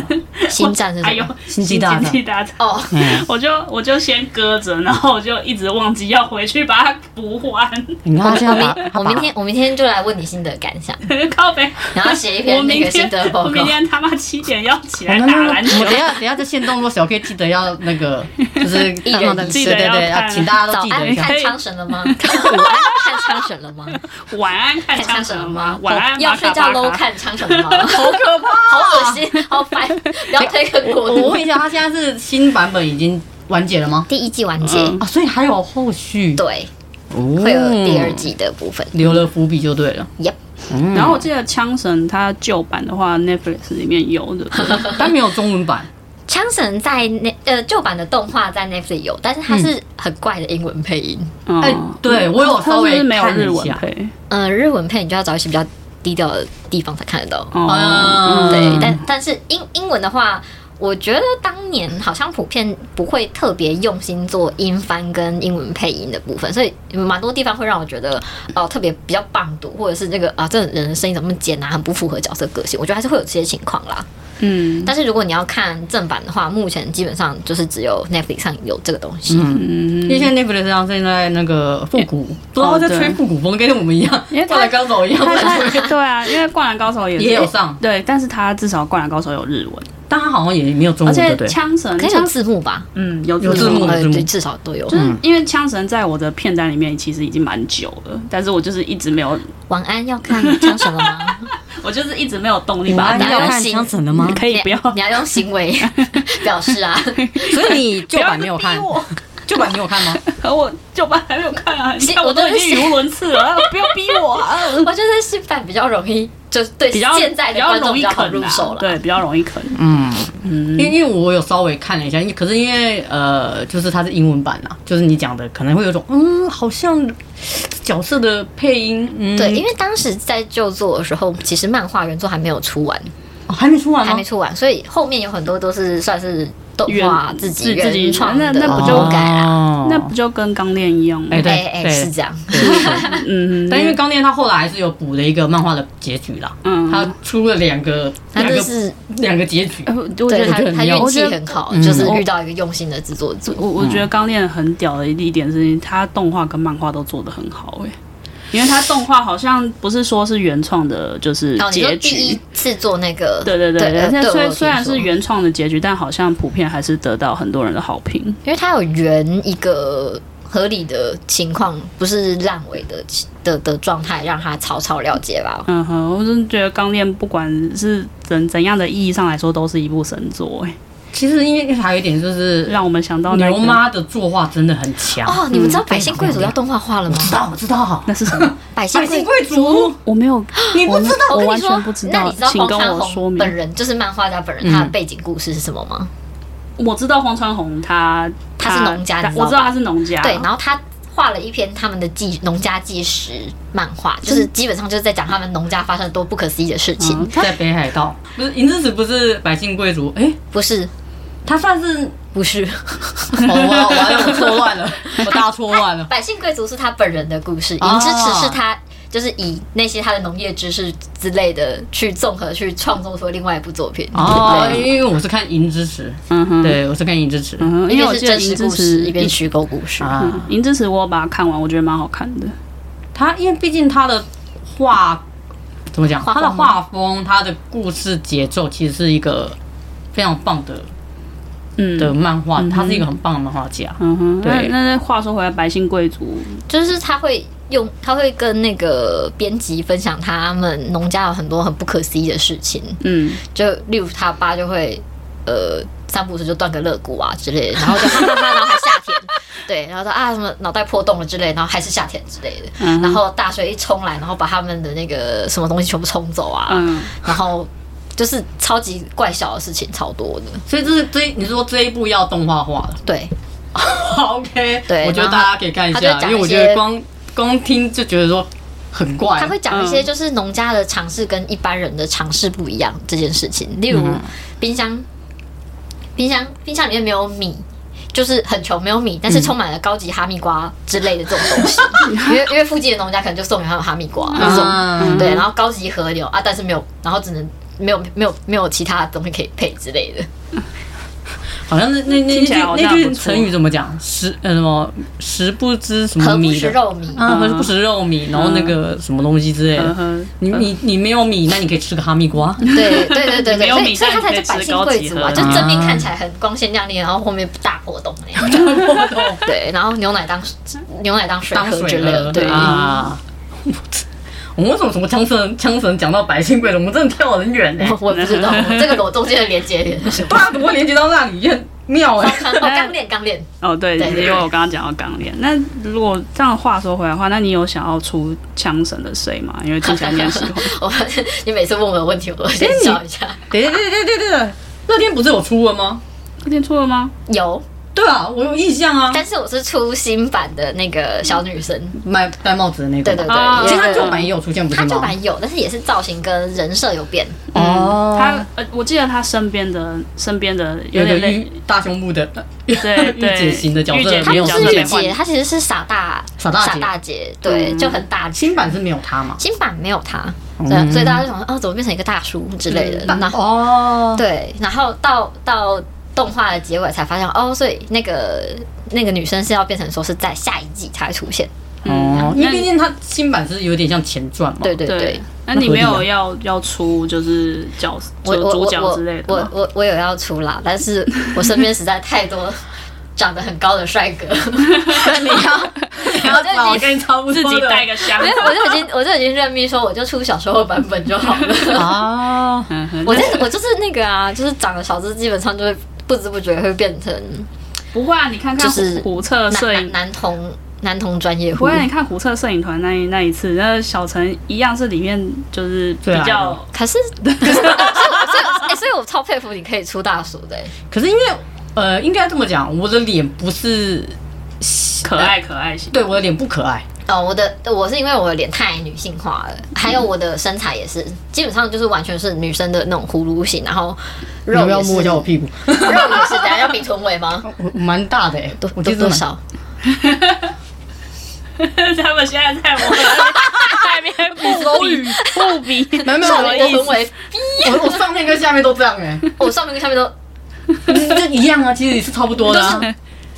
Speaker 3: 星战是
Speaker 1: 哎
Speaker 3: 什
Speaker 1: 呦
Speaker 3: 么？
Speaker 2: 星际大战
Speaker 1: 星际大战
Speaker 3: 哦，
Speaker 2: 嗯，
Speaker 1: 我就我就先搁着，然后我就一直忘记要回去把它补完，
Speaker 2: 你看他现在把，他
Speaker 3: 我
Speaker 2: 把
Speaker 3: 明天我明天就来问你心得感想，
Speaker 1: 靠北。
Speaker 3: 然后写一
Speaker 1: 我
Speaker 3: 篇那
Speaker 1: 明
Speaker 3: 个心
Speaker 1: 天
Speaker 3: 得报
Speaker 1: 我
Speaker 3: 告。
Speaker 1: 明天他妈七点要起
Speaker 2: 我
Speaker 1: 来
Speaker 2: 们
Speaker 1: 打篮球
Speaker 2: 哦我。等一下等一下在线动，如果小 K 记得要那个，就是
Speaker 3: 一人一
Speaker 2: 对对对，要请大家都
Speaker 3: 早
Speaker 2: 记得
Speaker 3: 安
Speaker 2: 一下
Speaker 1: 可。
Speaker 3: 看
Speaker 1: 以
Speaker 3: 枪神了吗？ 午安看枪神
Speaker 1: 晚安，看枪神
Speaker 3: 了吗？看枪神了
Speaker 1: 了
Speaker 3: 吗
Speaker 1: 吗？？晚安，
Speaker 3: 要
Speaker 1: 马卡
Speaker 3: 睡觉
Speaker 1: 巴
Speaker 3: 喽，
Speaker 1: 卡
Speaker 3: 看枪神了吗？好可怕，好恶心，好烦，不要推给 我。
Speaker 2: 我问一下，他现在是新版本已经完结了吗？
Speaker 3: 第一季完结，
Speaker 1: 嗯
Speaker 2: 啊，所以还有后续，
Speaker 3: 对，
Speaker 2: 会
Speaker 3: 会有第二，季的部分。
Speaker 2: 留了伏笔就对了。
Speaker 3: Yep，
Speaker 2: 嗯，
Speaker 1: 然后我记得枪神它旧版的话，Netflix 里面有 的，对不对
Speaker 2: 但没有中文版，
Speaker 3: 枪神在那呃旧版的动画在 Netflix 有，但是它是很怪的英文配音。
Speaker 2: 哎
Speaker 1: 嗯，
Speaker 2: 对我有稍
Speaker 1: 它是不
Speaker 2: 微
Speaker 1: 是没有
Speaker 2: 看一
Speaker 1: 日文
Speaker 2: 下
Speaker 1: 配，
Speaker 3: 呃，日文配你就要找一些比较低调的地方才看得到。
Speaker 1: 哦，
Speaker 2: 嗯
Speaker 3: 对，但但是英英文的话，我觉得当年好像普遍不会特别用心做英翻跟英文配音的部分，所以蛮多地方会让我觉得哦、特别比较棒读，或者是这个啊这人的声音怎么那么尖啊，很不符合角色个性。我觉得还是会有这些情况啦。
Speaker 1: 嗯
Speaker 3: 但是如果你要看正版的话，目前基本上就是只有 Netflix 上有这个东西。
Speaker 2: 因
Speaker 1: 嗯，
Speaker 2: 为现在 Netflix 上现在那个复古，不知道在吹复古风，跟我们一样，
Speaker 1: 因为它
Speaker 2: 灌篮高手一样，
Speaker 1: 它 它对啊，因为《灌篮高手》也是
Speaker 2: 也有上
Speaker 1: 对，但是它至少《灌篮高手》有日文，
Speaker 2: 但他好像也没有中
Speaker 1: 而
Speaker 2: 文，对
Speaker 1: 且
Speaker 2: 不对？
Speaker 1: 枪神
Speaker 3: 可以有
Speaker 1: 枪
Speaker 3: 字幕吧？
Speaker 1: 嗯有
Speaker 2: 有字幕
Speaker 3: 呃，
Speaker 2: 字幕
Speaker 3: 对，至少都有。
Speaker 1: 就是因为枪神在我的片单里面其实已经蛮久了，但是我就是一直没有，
Speaker 3: 晚安要看枪神了吗？
Speaker 1: 我就是一直没有动力把它
Speaker 3: 晚安
Speaker 1: 打
Speaker 3: 要
Speaker 1: 开。
Speaker 3: 看枪
Speaker 2: 神了
Speaker 1: 吗 可以不要
Speaker 3: 你要用行为 表 示啊。
Speaker 2: 所以你旧版没有看，旧版你有看吗？
Speaker 1: 可我旧版还没有看啊，你
Speaker 3: 其实
Speaker 1: 看
Speaker 3: 我
Speaker 1: 我都
Speaker 3: 真的
Speaker 1: 已经语无伦次了，不要逼我啊！
Speaker 3: 我觉得新版比较容易，就是对
Speaker 1: 比较
Speaker 3: 现在
Speaker 1: 比
Speaker 3: 的
Speaker 1: 较
Speaker 3: 观众
Speaker 1: 容易
Speaker 3: 较好
Speaker 1: 啃
Speaker 3: 入
Speaker 1: 啊
Speaker 3: 手了。
Speaker 1: 对，比较容易啃。
Speaker 2: 嗯，因为因为我有稍微看了一下，因为可是因为呃，就是它是英文版啊，就是你讲的可能会有种嗯，好像角色的配音，嗯，
Speaker 3: 对，因为当时在就作的时候，其实漫画原作还没有出完，
Speaker 2: 哦还没出完
Speaker 3: 还
Speaker 2: 吗
Speaker 3: 没？出完，所以后面有很多都是算是动画
Speaker 1: 原
Speaker 3: 自己
Speaker 1: 自自己
Speaker 3: 原创的
Speaker 1: 那那不就
Speaker 3: 修改啊？
Speaker 2: 哦
Speaker 1: 那不就跟钢炼一样吗？
Speaker 2: 哎对
Speaker 3: 哎哎，是这样。
Speaker 1: 嗯
Speaker 2: 但因为钢炼他后来还是有补了一个漫画的结局啦，
Speaker 1: 嗯，
Speaker 2: 他出了两个
Speaker 3: 他
Speaker 2: 两
Speaker 3: 就
Speaker 2: 个
Speaker 3: 是
Speaker 2: 两个结局
Speaker 1: 呃，我觉
Speaker 3: 对
Speaker 1: 得
Speaker 3: 他
Speaker 1: 很
Speaker 3: 他
Speaker 1: 妙
Speaker 3: 运
Speaker 1: 我
Speaker 3: 气
Speaker 1: 觉得
Speaker 3: 很好，
Speaker 2: 嗯
Speaker 3: 就是遇到一个用心的制作组。
Speaker 1: 我我觉得钢炼很屌的一点是，他动画跟漫画都做得很好哎、因为他动画好像不是说是原创的，就是
Speaker 3: 哦，你说
Speaker 1: 结
Speaker 3: 第
Speaker 1: 局
Speaker 3: 一。次做那个，
Speaker 1: 对对
Speaker 3: 对，呃
Speaker 1: 而且
Speaker 3: 对我有
Speaker 1: 虽
Speaker 3: 听
Speaker 1: 虽然
Speaker 3: 说
Speaker 1: 是原创的结局，但好像普遍还是得到很多人的好评。
Speaker 3: 因为它有圆一个合理的情况，不是烂尾的的的状态，让他草草了结吧。
Speaker 1: 嗯哼，我真的觉得《钢炼》不管是怎怎样的意义上来说，都是一部神作哎、
Speaker 2: 其实因为还有一点就是
Speaker 1: 让我们想到那个
Speaker 2: 牛妈的作画真的很强，
Speaker 3: 哦，
Speaker 1: 嗯
Speaker 3: 你们知道百姓贵族要动画化了吗
Speaker 2: 我？知道我知道，
Speaker 1: 那是什 么？哦
Speaker 3: 百姓
Speaker 2: 百
Speaker 3: 贵
Speaker 2: 姓贵
Speaker 3: 族，
Speaker 2: 族
Speaker 1: 我没有，
Speaker 2: 你不知道。
Speaker 1: 我
Speaker 3: 我跟
Speaker 1: 完
Speaker 3: 你
Speaker 1: 全
Speaker 3: 说
Speaker 1: 不知，
Speaker 3: 那
Speaker 1: 道
Speaker 3: 你知道，
Speaker 1: 请
Speaker 3: 黄
Speaker 1: 跟
Speaker 3: 山
Speaker 1: 我说
Speaker 3: 红本
Speaker 1: 明。
Speaker 3: 人就是漫画家本
Speaker 2: 嗯
Speaker 3: 人，他的背景故事是什么吗？
Speaker 1: 我知道黄川红他
Speaker 3: 他是农家你知道吧
Speaker 1: 我知道他是农家。
Speaker 3: 对，然后他。画了一篇他们的纪农家纪实漫画，就是基本上就是在讲他们农家发生多不可思议的事情，
Speaker 1: 嗯他
Speaker 2: 在北海道，不是银之子，不是百姓贵族，哎、
Speaker 3: 不是
Speaker 2: 他算是，
Speaker 3: 不是，
Speaker 2: 哦、我我要错乱 了，我大错乱了。
Speaker 3: 百姓贵族是他本人的故事，
Speaker 2: 哦
Speaker 3: 银之匙是他就是以那些他的农业知识之类的去综合去创作出另外一部作品。
Speaker 2: 哦，
Speaker 3: 对
Speaker 2: 因为我是看银之匙，
Speaker 1: 嗯哼，
Speaker 2: 对我是看银之匙，
Speaker 1: 嗯哼，
Speaker 3: 一
Speaker 1: 因为
Speaker 3: 边
Speaker 1: 我
Speaker 3: 是
Speaker 1: 记得
Speaker 3: 真
Speaker 1: 银
Speaker 3: 实
Speaker 1: 之
Speaker 3: 故事，一边
Speaker 1: 匙，
Speaker 3: 虚构故事。
Speaker 2: 啊，
Speaker 1: 嗯银之匙我有把它看完，我觉得蛮好看的。
Speaker 2: 他因为毕竟他的画怎么讲，
Speaker 3: 画
Speaker 2: 他
Speaker 3: 风
Speaker 2: 的
Speaker 3: 吗
Speaker 2: 画风，他的故事节奏其实是一个非常棒的
Speaker 1: 嗯
Speaker 2: 的漫画，他是一个很棒的漫画家。
Speaker 1: 嗯哼，那
Speaker 2: 对
Speaker 1: 那话说回来，白姓贵族，
Speaker 3: 就是他会用，他会跟那个编辑分享他们农家有很多很不可思议的事情，
Speaker 1: 嗯，
Speaker 3: 就例如他爸就会呃三不五时就断个肋骨啊之类的，然后就哈哈哈，然后还夏天，对，然后说啊什么脑袋破洞了之类，然后还是夏天之类的，
Speaker 1: 嗯
Speaker 3: 然后大水一冲来，然后把他们的那个什么东西全部冲走啊，
Speaker 1: 嗯，
Speaker 3: 然后就是超级怪小的事情超多的，
Speaker 2: 所以这是这一你说这一部要动画化了
Speaker 3: 对，
Speaker 2: ，OK？
Speaker 3: 对
Speaker 2: 我觉得
Speaker 3: 然后
Speaker 2: 大家可以看一
Speaker 3: 他就
Speaker 2: 下，因
Speaker 3: 讲一
Speaker 2: 为我觉得
Speaker 3: 些
Speaker 2: 光光听就觉得说很怪。
Speaker 3: 他会讲一些
Speaker 2: 嗯
Speaker 3: 就是农家的尝试跟一般人的尝试不一样这件事情，例如
Speaker 2: 嗯
Speaker 3: 冰箱，冰箱冰箱里面没有米。就是很穷，没有米，但是充满了高级哈密瓜之类的这种东西，因为因为附近的农家可能就送给他们哈密瓜那种，
Speaker 2: 嗯
Speaker 3: 对，然后高级河流啊，但是没有，然后只能没有没有没有其他东西可以配之类的，
Speaker 2: 好像那那那
Speaker 1: 听起来
Speaker 2: 那
Speaker 1: 好
Speaker 2: 句
Speaker 1: 像
Speaker 2: 那
Speaker 1: 不
Speaker 2: 句
Speaker 1: 错
Speaker 2: 成语怎么讲？食呃什么食不知什么
Speaker 3: 何不
Speaker 2: 米
Speaker 3: 食
Speaker 2: 的
Speaker 3: 肉糜？
Speaker 2: 啊，
Speaker 1: 嗯
Speaker 2: 不食肉米，然后那个什么东西之类
Speaker 1: 呵
Speaker 2: 的。
Speaker 1: 呵，
Speaker 2: 你你你没有米，那你可以吃个哈密瓜。
Speaker 3: 对对对 对
Speaker 1: 没
Speaker 3: 对，
Speaker 1: 有
Speaker 3: 所
Speaker 1: 米
Speaker 3: 以所以
Speaker 1: 但
Speaker 3: 他
Speaker 1: 你可
Speaker 3: 才
Speaker 1: 以吃
Speaker 3: 是百姓
Speaker 1: 高
Speaker 3: 贵
Speaker 1: 级
Speaker 3: 族
Speaker 1: 喝
Speaker 3: 啊，
Speaker 1: 的
Speaker 3: 就
Speaker 2: 啊
Speaker 3: 正面看起来很光鲜亮丽，然后后面大破洞 那样。对，然后牛奶当牛奶当水
Speaker 2: 当
Speaker 3: 喝
Speaker 2: 水
Speaker 3: 之类
Speaker 2: 喝
Speaker 3: 的，对，
Speaker 2: 啊。 我们为什么从枪神枪神讲到百姓贵族，我们真的跳很远哎、
Speaker 3: 我我也不 知道这个我中间的连接点是什么。
Speaker 2: 对啊，怎么会连接到那里？也很妙哎、
Speaker 3: 哦，刚练刚练，
Speaker 1: 哦对，
Speaker 3: 对
Speaker 1: 因
Speaker 3: 对对
Speaker 1: 为我刚刚讲到港恋，那如果这样话说回来的话，那你有想要出枪神的谁吗？因为听起来你很喜 欢，
Speaker 3: 我 你每次问我的问题，我都先笑一下。
Speaker 2: 对对对对对对，那天不是有出了吗？
Speaker 1: 我念错了吗？
Speaker 3: 有，
Speaker 2: 对啊，我有印象啊，
Speaker 3: 但是我是出新版的那个小女生，
Speaker 2: 买戴帽子的那个嘛。
Speaker 3: 对对
Speaker 1: 嗯啊
Speaker 3: 对，
Speaker 2: 其
Speaker 3: 也
Speaker 2: 实他
Speaker 3: 是
Speaker 2: 旧版也有出现，不是
Speaker 3: 她
Speaker 2: 吗？
Speaker 3: 旧版有，但是也是造型跟人设有变。
Speaker 2: 哦，
Speaker 1: 他呃，我记得他身边的身边的
Speaker 2: 有
Speaker 1: 点
Speaker 2: 个
Speaker 1: 类
Speaker 2: 御大胸部的
Speaker 1: 对
Speaker 2: 御姐
Speaker 1: 对
Speaker 2: 型的角
Speaker 1: 御姐
Speaker 2: 色
Speaker 1: 型
Speaker 3: 她
Speaker 2: 没有
Speaker 3: 不
Speaker 2: 出
Speaker 3: 是
Speaker 1: 角
Speaker 3: 御
Speaker 2: 现
Speaker 1: 色，换
Speaker 3: 姐，她其实是傻大
Speaker 2: 傻大姐
Speaker 3: 姐，对，
Speaker 1: 嗯
Speaker 3: 就很大只。
Speaker 2: 新版是没有他嘛？
Speaker 3: 新版没有他，对，所以大家就想说，哦，怎么变成一个大叔之类的？
Speaker 1: 嗯
Speaker 3: 然后
Speaker 2: 哦，
Speaker 3: 对，然后到到动画的结尾才发现，哦，所以那个那个女生是要变成说是在下一季才会出现，
Speaker 2: 哦，因
Speaker 1: 那
Speaker 2: 为毕竟它新版是有点像前传
Speaker 1: 哦
Speaker 2: 嘛。
Speaker 3: 对对对。。
Speaker 1: 那你没
Speaker 2: 那合
Speaker 1: 有
Speaker 2: 理
Speaker 1: 要要出就是角
Speaker 3: 我
Speaker 1: 就
Speaker 3: 我
Speaker 1: 主
Speaker 3: 我
Speaker 1: 角
Speaker 3: 我
Speaker 1: 之类的
Speaker 3: 我
Speaker 1: 吗？
Speaker 3: 我我有要 出啦，但是我身边实在太多长得很高的帅 哥，
Speaker 2: 那你要，你 要
Speaker 3: 我
Speaker 2: 找
Speaker 3: 就已经
Speaker 2: 跟你差不
Speaker 1: 自
Speaker 2: 多
Speaker 1: 己
Speaker 2: 的
Speaker 1: 带个箱
Speaker 3: 因为我就已经我就已经任命说，我就出小时候版本就好 了。
Speaker 2: 哦，
Speaker 1: 嗯哼
Speaker 3: 我就是我就是那个啊，就是长得小只，基本上就会不知不觉会变成
Speaker 1: 不会啊，你看看
Speaker 3: 就是
Speaker 1: 虎虎彻摄
Speaker 3: 男
Speaker 1: 影
Speaker 3: 男，男童男童专业
Speaker 1: 不
Speaker 3: 户
Speaker 1: 会，啊，你看虎彻摄影团那一那一次，那小陈一样是里面就是比
Speaker 2: 最矮的
Speaker 1: 较
Speaker 3: 可 是，可是，所以我，哎，所以我超佩服你可以出大叔的、哎
Speaker 2: 可是因为呃，应该这么讲，我的脸不是啊
Speaker 1: 可爱可爱型。
Speaker 2: 对我的脸不可爱，
Speaker 3: 哦，我的我是因为我的脸太女性化了，还有我的身材也是，基本上就是完全是女生的那种葫芦形，然后
Speaker 2: 你要
Speaker 3: 肉
Speaker 2: 不要
Speaker 3: 也
Speaker 2: 摸一
Speaker 3: 是，
Speaker 2: 下
Speaker 3: 肉
Speaker 2: 我屁股？
Speaker 3: 也是，等下要比臀围吗？
Speaker 2: 我我蛮大的哎，
Speaker 3: 多
Speaker 2: 我记
Speaker 3: 多
Speaker 2: 得
Speaker 3: 多
Speaker 2: 蛮
Speaker 3: 少？
Speaker 1: 他们现在在我们外面不比不比，
Speaker 2: 没有没有我
Speaker 3: 上
Speaker 2: 的
Speaker 3: 面的
Speaker 2: 意
Speaker 3: 臀
Speaker 2: 思，
Speaker 3: 围，
Speaker 2: 我我上面跟下面都这样哎，
Speaker 3: 我上面跟下面都
Speaker 2: 这一样啊，其实也是差不多的啊，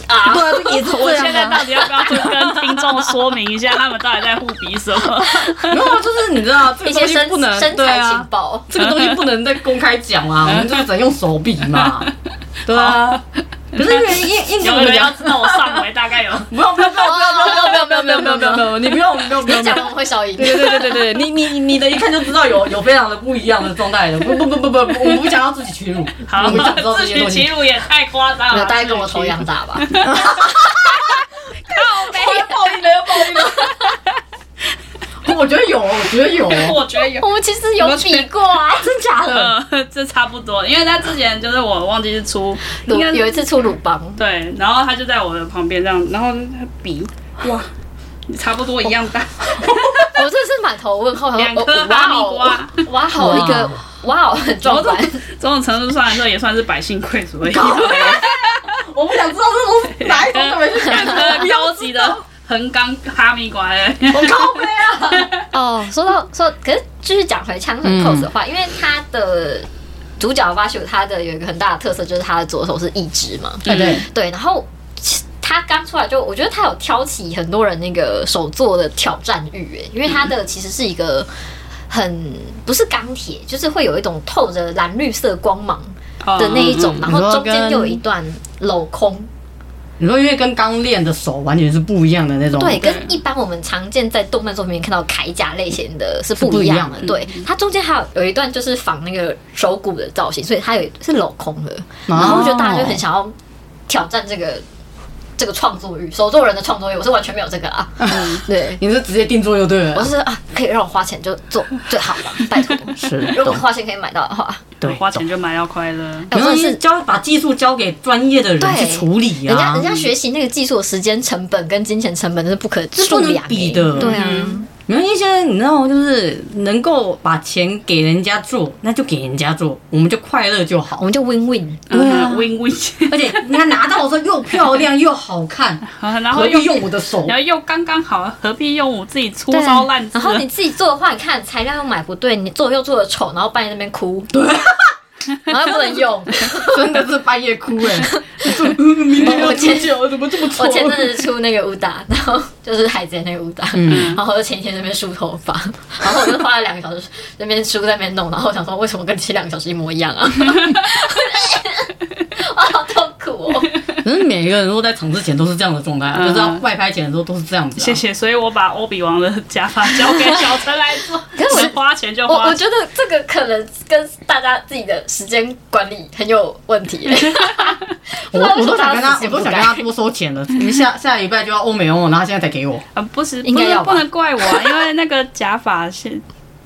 Speaker 3: 啊，
Speaker 2: 对啊，这也是
Speaker 1: 我
Speaker 2: 这
Speaker 1: 现在
Speaker 2: 样 啊
Speaker 1: 到。底要不要去跟听众说明一下，他们到底在互比什么？
Speaker 2: 没有啊，就是你知道 这
Speaker 3: 一
Speaker 2: 个
Speaker 3: 些
Speaker 2: 东西
Speaker 3: 身
Speaker 2: 不能
Speaker 3: 身
Speaker 2: 对
Speaker 3: 材
Speaker 2: 啊
Speaker 3: 情，报。
Speaker 2: 这个东西不能再公开讲啊，我们就是只能用手比嘛。对啊，可是因为因因
Speaker 1: 有
Speaker 2: 为我
Speaker 1: 没有
Speaker 2: 们
Speaker 1: 要
Speaker 2: 讲，
Speaker 1: 知道我上回大概有？
Speaker 2: 不要不要不要不要不要不要不要不要不要，你不用不用不
Speaker 3: 你
Speaker 2: 用。
Speaker 3: 讲了我会笑赢。
Speaker 2: 对啊对对对对，你你你的一看就知道有有非常的不一样的状态的，不不不不不，我们不想要自己屈辱，
Speaker 1: 好
Speaker 2: 我们想 知道，这
Speaker 1: 自
Speaker 2: 些
Speaker 1: 取
Speaker 2: 东
Speaker 1: 其
Speaker 2: 西。
Speaker 1: 辱也太夸张
Speaker 3: 没
Speaker 1: 了。
Speaker 3: 有，大概跟我头一样大吧。
Speaker 2: 要暴力了，要暴力了！我觉得有，我觉得有，
Speaker 1: 我觉 得有。
Speaker 3: 我们其实有比过啊，
Speaker 2: 真假的？
Speaker 1: 呃， 这差不多，因为他之前就是我忘记是出，应该是
Speaker 3: 有一次出鲁邦，
Speaker 1: 对，然后他就在我的旁边这样，然后嗯他比，哇，差不多一样大，
Speaker 3: 我真的是满头问号，
Speaker 1: 两
Speaker 3: 我哦
Speaker 1: 颗哈密瓜，
Speaker 3: 哇好一个哇好很壮观，
Speaker 1: 这种程度上来说也算是百姓贵族而已，
Speaker 2: 我不想知道这种哪一种特别是
Speaker 1: 两颗高级的横纲哈密瓜哎，
Speaker 2: 我靠背啊！
Speaker 3: 哦，说到说，可是就是讲回枪神 cos 的话，因为他的主角巴修他的有一个很大的特色就是他的左手是一只嘛，
Speaker 2: 对对，
Speaker 3: 对，然后其他刚出来就，我觉得他有挑起很多人那个手作的挑战欲，哎，因为他的其实是一个很不是钢铁，就是会有一种透着蓝绿色光芒的那一种，
Speaker 1: 嗯嗯
Speaker 3: 然后中
Speaker 2: 你说
Speaker 3: 间
Speaker 2: 跟
Speaker 3: 又有一段镂空，
Speaker 2: 你说因为跟刚练的手完全是不一样的那种，
Speaker 3: 对，
Speaker 1: 对
Speaker 3: 跟一般我们常见在动漫作品里面看到铠甲类型的是不
Speaker 2: 不
Speaker 3: 一
Speaker 2: 一
Speaker 3: 样
Speaker 2: 样
Speaker 3: 的
Speaker 2: 的。
Speaker 3: 对，它中间还有有一段就是仿那个手骨的造型，所以它有是镂空的，
Speaker 2: 哦
Speaker 3: 然后我觉得大家就很想要挑战这个。这个创作欲，手作人的创作欲，我是完全没有这个啊。
Speaker 2: 嗯
Speaker 3: 对，
Speaker 2: 你是直接定做就对
Speaker 3: 我
Speaker 2: 了，
Speaker 3: 是啊，可以让我花钱就做最好了，拜托。
Speaker 2: 是
Speaker 3: 如果花钱可以买到的话，
Speaker 2: 对，
Speaker 1: 花钱
Speaker 2: 懂。
Speaker 1: 就买到快乐。
Speaker 3: 哎我真
Speaker 2: 可
Speaker 3: 的
Speaker 2: 是
Speaker 3: 是
Speaker 2: 交把技术交给专业的人
Speaker 3: 对
Speaker 2: 去处理
Speaker 3: 人家
Speaker 2: 啊，
Speaker 3: 人家学习那个技术的时间成本跟金钱成本是不可
Speaker 2: 是不
Speaker 3: 数
Speaker 2: 能
Speaker 3: 量
Speaker 2: 比
Speaker 3: 欸
Speaker 2: 的嗯
Speaker 3: 对啊，
Speaker 2: 没关系，现在你知道，就是能够把钱给人家做，那就给人家做，我们就快乐就
Speaker 3: 我
Speaker 2: 好。
Speaker 3: 们就 win win。
Speaker 2: 对啊
Speaker 1: 嗯，win win，
Speaker 2: 而且他拿到的时候又漂亮又好看，
Speaker 1: 然后
Speaker 2: 何
Speaker 1: 又
Speaker 2: 必用我的手？
Speaker 1: 然后又刚刚好，何必用我自己粗
Speaker 3: 对啊
Speaker 1: 糙烂字
Speaker 3: 然？后你自己做的话，你看材料又买不对，你做又做的丑，然后半夜在那边哭， 对， 然后又不能用。
Speaker 2: 真的是半夜哭 哎、说嗯明天要剪脚，怎么这么丑
Speaker 3: 我？前阵子出那个武打，然后就是海贼那个武打，
Speaker 2: 嗯
Speaker 3: 然后我就前一天在那边梳头发， 然后我就花了两个小时在那边梳在那边弄，然后我想说为什么跟前两个小时一模一样啊？ 我好痛苦哦。
Speaker 2: 可是每个人都在场之前都是这样的状态、啊，
Speaker 1: 嗯
Speaker 2: 就是要外拍前的时候都是这样子、啊。
Speaker 1: 谢。谢，所以我把欧比王的假发交给小陈来做，
Speaker 3: 可是我
Speaker 1: 能花钱就
Speaker 3: 我
Speaker 1: 花
Speaker 3: 我
Speaker 1: 钱。
Speaker 3: 觉得这个可能跟大家自己的时间管理很有问题、欸。
Speaker 2: 我我都想跟 他，
Speaker 3: 不
Speaker 2: 我
Speaker 3: 知道为什么
Speaker 2: 都想跟他多 收钱了。你们下下礼拜就要欧美欧，然后他现在才给我，
Speaker 1: 啊，不是，
Speaker 3: 应
Speaker 1: 不
Speaker 3: 该
Speaker 1: 是
Speaker 3: 要吧
Speaker 1: 不能怪我啊，因为那个假发是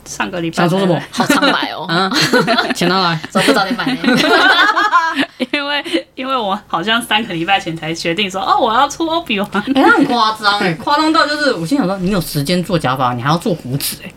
Speaker 1: 上个礼拜
Speaker 2: 想说什么？
Speaker 3: 好苍白 哦，
Speaker 2: 啊，钱拿来。
Speaker 3: 怎么不早点买呢？
Speaker 1: 因为因为我好像三个礼拜前才决定说，哦，我要出欧比王。
Speaker 2: 哎、他很夸张哎，夸张到就是，我心想说，你有时间做假发，你还要做胡子哎、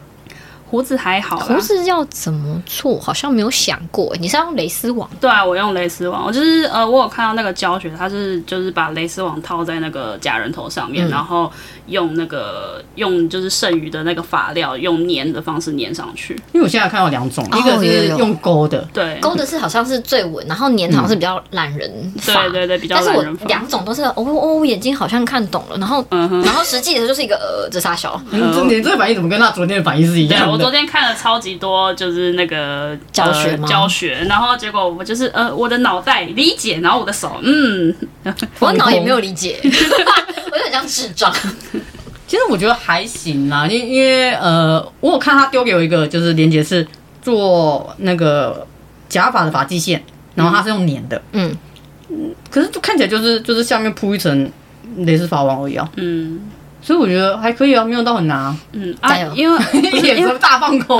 Speaker 1: 胡子还好啦，
Speaker 3: 胡子要怎么做？好像没有想过。你是要用蕾丝网？
Speaker 1: 对啊，我用蕾丝网，我就是呃，我有看到那个教学，它是就是把蕾丝网套在那个假人头上面，然后用那个用就是剩余的那个发料，用粘的方式粘上去。
Speaker 2: 因为我现在看到两种，
Speaker 3: 哦
Speaker 2: 一个
Speaker 3: 有
Speaker 2: 是
Speaker 3: 有有
Speaker 2: 用勾的，
Speaker 1: 对，
Speaker 3: 勾的是好像是最稳，然后粘好像是比较懒人发、
Speaker 1: 对对对比较
Speaker 3: 但是
Speaker 1: 懒
Speaker 3: 我
Speaker 1: 人发
Speaker 3: 两种都是哦哦，我眼睛好像看懂了，然后、
Speaker 1: 嗯哼
Speaker 3: 然后实际的就是一个呃，这傻小
Speaker 2: 你这你这个反应怎么跟他昨天的反应是一
Speaker 1: 对， 我
Speaker 2: 样
Speaker 1: 昨
Speaker 2: 的？
Speaker 1: 天看了超级多，就是那个
Speaker 3: 教学
Speaker 1: 呃
Speaker 3: 吗
Speaker 1: 教学，然后结果我就是呃，我的脑袋理解，然后我的手，嗯，
Speaker 3: 我脑也没有理解， 我就很像智障。
Speaker 2: 其实我觉得还行啦，因因为呃，我有看他丢给我一个就是连接是做那个假发的发际线，然后它是用粘的，
Speaker 3: 嗯，
Speaker 2: 可是就看起来就是就是下面铺一层蕾丝发网而已啊，
Speaker 1: 嗯
Speaker 2: 所以我觉得还可以啊，没有到很难、 啊，
Speaker 1: 嗯啊
Speaker 3: 加油，
Speaker 1: 因为
Speaker 2: 一脸什么大放空，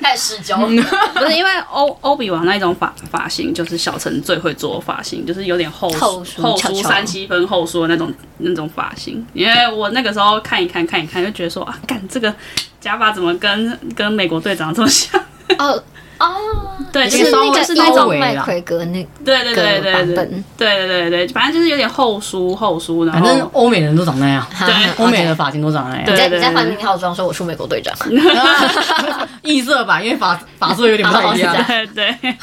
Speaker 3: 开始教。
Speaker 1: 不是因为欧欧比王那一种发发型，就是小陈最会做的发型，就是有点后
Speaker 3: 后梳
Speaker 1: 梳后
Speaker 3: 翘
Speaker 1: 梳
Speaker 3: 翘
Speaker 1: 三七分后梳的那种那种发型。因为我那个时候看一看看一看，就觉得说啊，干这个假发怎么跟跟美国队长这么像？
Speaker 3: 哦哦，
Speaker 1: 对，
Speaker 3: 就
Speaker 1: 就是是
Speaker 3: 那个
Speaker 1: 就是那
Speaker 3: 欧
Speaker 1: 种
Speaker 2: 微
Speaker 3: 麦
Speaker 2: 啦
Speaker 3: 奎格那个
Speaker 1: 对对对对对
Speaker 3: 版
Speaker 1: 对
Speaker 3: 本。
Speaker 1: 对对对，反正就是有点后梳后梳，然
Speaker 2: 反正
Speaker 1: 后
Speaker 2: 欧美人都长那样，
Speaker 3: 哈
Speaker 1: 对
Speaker 3: 哈
Speaker 2: 欧美的
Speaker 3: OK
Speaker 2: 发型都长那样。
Speaker 1: 对
Speaker 3: 你在你在换名套装说我出美国队长
Speaker 2: 异色吧，因为发发色有点不太一
Speaker 3: 哦是这
Speaker 2: 样
Speaker 3: 样，
Speaker 1: 对对，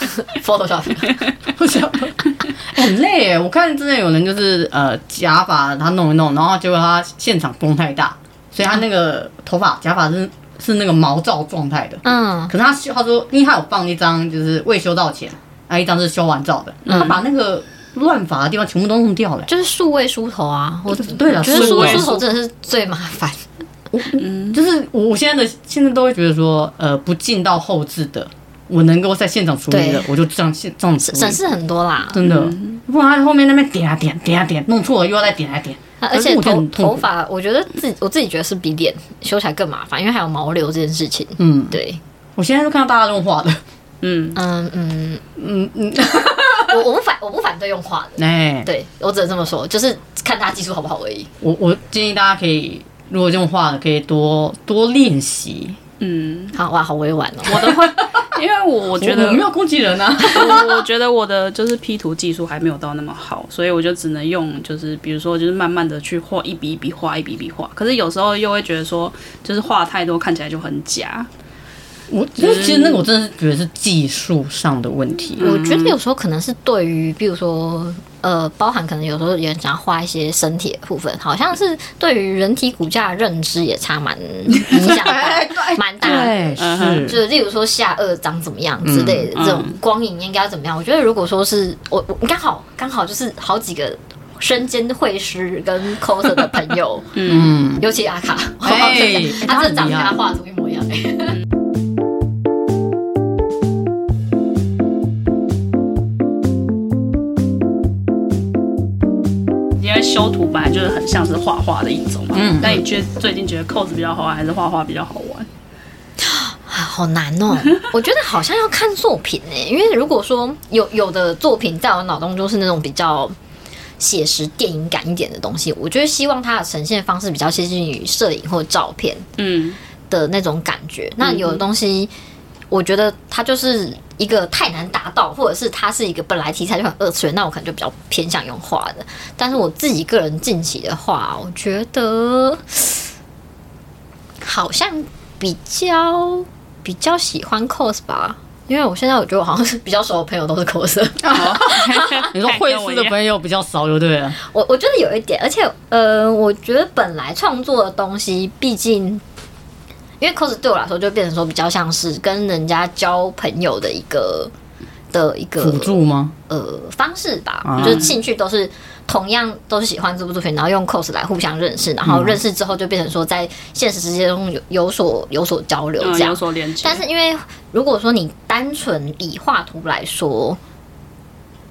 Speaker 3: Photoshop，
Speaker 2: 我想 很累耶。我看之前有人就是呃假发他弄一弄，然后结果他现场风太大，所以他那个头发假发是是那个毛躁状态的。
Speaker 3: 嗯，
Speaker 2: 可是他修他说，因为他有放一张就是未修到前，啊一张是修完照的，他把那个乱发的地方全部都弄掉了耶。
Speaker 3: 就是数位梳头啊，我
Speaker 2: 对了，
Speaker 3: 觉得
Speaker 2: 是
Speaker 3: 数
Speaker 2: 我
Speaker 3: 位梳头真的是最麻烦。
Speaker 2: 就是我我现在的现在都会觉得说，呃，不进到后置的，我能够在现场处理的
Speaker 3: 对，
Speaker 2: 我就这样现这样处理。
Speaker 3: 省事很多啦，
Speaker 2: 真的，不然他后面那边点啊点点啊点，弄错了又要再点啊点，
Speaker 3: 啊而且
Speaker 2: 我觉得
Speaker 3: 头
Speaker 2: 很痛苦
Speaker 3: 头发，我觉得自己我自己觉得是比脸修起来更麻烦，因为还有毛流这件事情。
Speaker 2: 嗯，
Speaker 3: 对，
Speaker 2: 我现在都看到大家用画的，
Speaker 1: 嗯，
Speaker 3: 嗯嗯，
Speaker 2: 嗯嗯，
Speaker 3: 我我不反我不反对用画的，
Speaker 2: 哎，
Speaker 3: 对我只能这么说，就是看他技术好不好而已。
Speaker 2: 我我建议大家可以，如果用画的可以多多练习。
Speaker 1: 嗯，
Speaker 3: 好哇，好委婉哦，
Speaker 1: 我的会，因为我我觉
Speaker 2: 我
Speaker 1: 得
Speaker 2: 我没有攻击人啊，
Speaker 1: 我我觉得我的就是 P 图技术还没有到那么好，所以我就只能用就是比如说就是慢慢的去画一笔一笔画一笔一笔画，可是有时候又会觉得说就是画太多看起来就很假，
Speaker 2: 我就是其实那个我真的是觉得是技术上的问题，
Speaker 3: 嗯
Speaker 2: 嗯
Speaker 3: 我觉得有时候可能是对于，比如说呃，包含可能有时候有人想要画一些身体的部分，好像是对于人体骨架的认知也差蛮影响大，蛮大的。
Speaker 2: 对，
Speaker 1: 嗯
Speaker 3: 就是例如说下颚长怎么样之类的、
Speaker 1: 嗯
Speaker 3: 这种光影应该要怎么样？我觉得如果说是我我刚好刚好就是好几个身兼会师跟 coser 的朋友，
Speaker 2: 嗯，
Speaker 3: 尤其阿卡，
Speaker 2: 哎
Speaker 3: 他真的
Speaker 2: 他很
Speaker 3: 长得
Speaker 2: 一
Speaker 3: 跟
Speaker 2: 样
Speaker 3: 他画的图一 模一样、哎
Speaker 1: 因为修图本来就是很像是画画的一种嘛。
Speaker 2: 嗯
Speaker 1: 那你觉得最近觉得扣子比较好玩，还是画画比较好玩？
Speaker 3: 啊，好难哦！ 我觉得好像要看作品哎、因为如果说有有的作品在我脑中就是那种比较写实、电影感一点的东西，我觉得希望它的呈现方式比较接近于摄影或照片。
Speaker 1: 嗯，
Speaker 3: 的那种感觉。那有的东西，我觉得它就是一个太难达到，或者是它是一个本来题材就很二次元，那我可能就比较偏向用画的。但是我自己个人近期的话，我觉得好像比较比较喜欢 cos 吧。因为我现在我觉得我好像是比较熟的朋友都是 coser，
Speaker 2: 你说会师的朋友比较少就对了，
Speaker 3: 我我觉得有一点，而且呃，我觉得本来创作的东西，毕竟因为 cos 对我来说就变成说比较像是跟人家交朋友的一个的一个
Speaker 2: 辅助吗？
Speaker 3: 呃方式吧，
Speaker 2: 啊
Speaker 3: 就是兴趣都是同样都是喜欢这部作品，然后用 cos 来互相认识，然
Speaker 2: 嗯
Speaker 3: 后认识之后就变成说在现实世界中有有所有所交流
Speaker 1: 嗯
Speaker 3: 这样
Speaker 1: 有。所连接。
Speaker 3: 但是因为如果说你单纯以画图来说，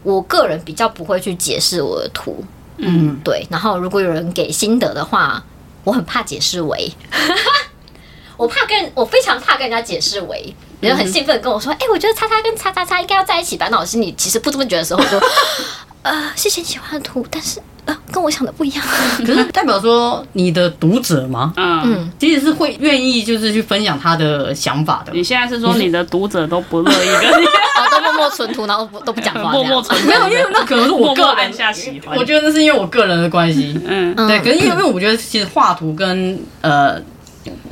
Speaker 3: 我个人比较不会去解释我的图，
Speaker 2: 嗯，
Speaker 3: 对，然后如果有人给心得的话，我很怕解释为， 我怕跟我非常怕跟人家解释为。人很兴奋地跟我说：“哎、我觉得叉叉跟叉叉叉应该要在一起吧。”那我心里其实不这么觉得的时候，我就 呃，谢谢你喜欢的图，但是呃，跟我想的不一样。
Speaker 2: 可是代表说你的读者吗？
Speaker 1: 嗯，
Speaker 3: 嗯，
Speaker 2: 其实是会愿意就是去分享他的想法的。
Speaker 1: 你现在是说你的读者都不 乐意跟你
Speaker 3: 然啊后都默默存图，然后不都不讲话，
Speaker 1: 默默存
Speaker 2: 没有，因为那可能是我
Speaker 1: 默默
Speaker 2: 个
Speaker 1: 按
Speaker 2: 人，
Speaker 1: 下喜欢？
Speaker 2: 我觉得那是因为我个人的关系。
Speaker 1: 嗯，
Speaker 3: 嗯
Speaker 2: 对，可是因为因为我觉得其实画图跟呃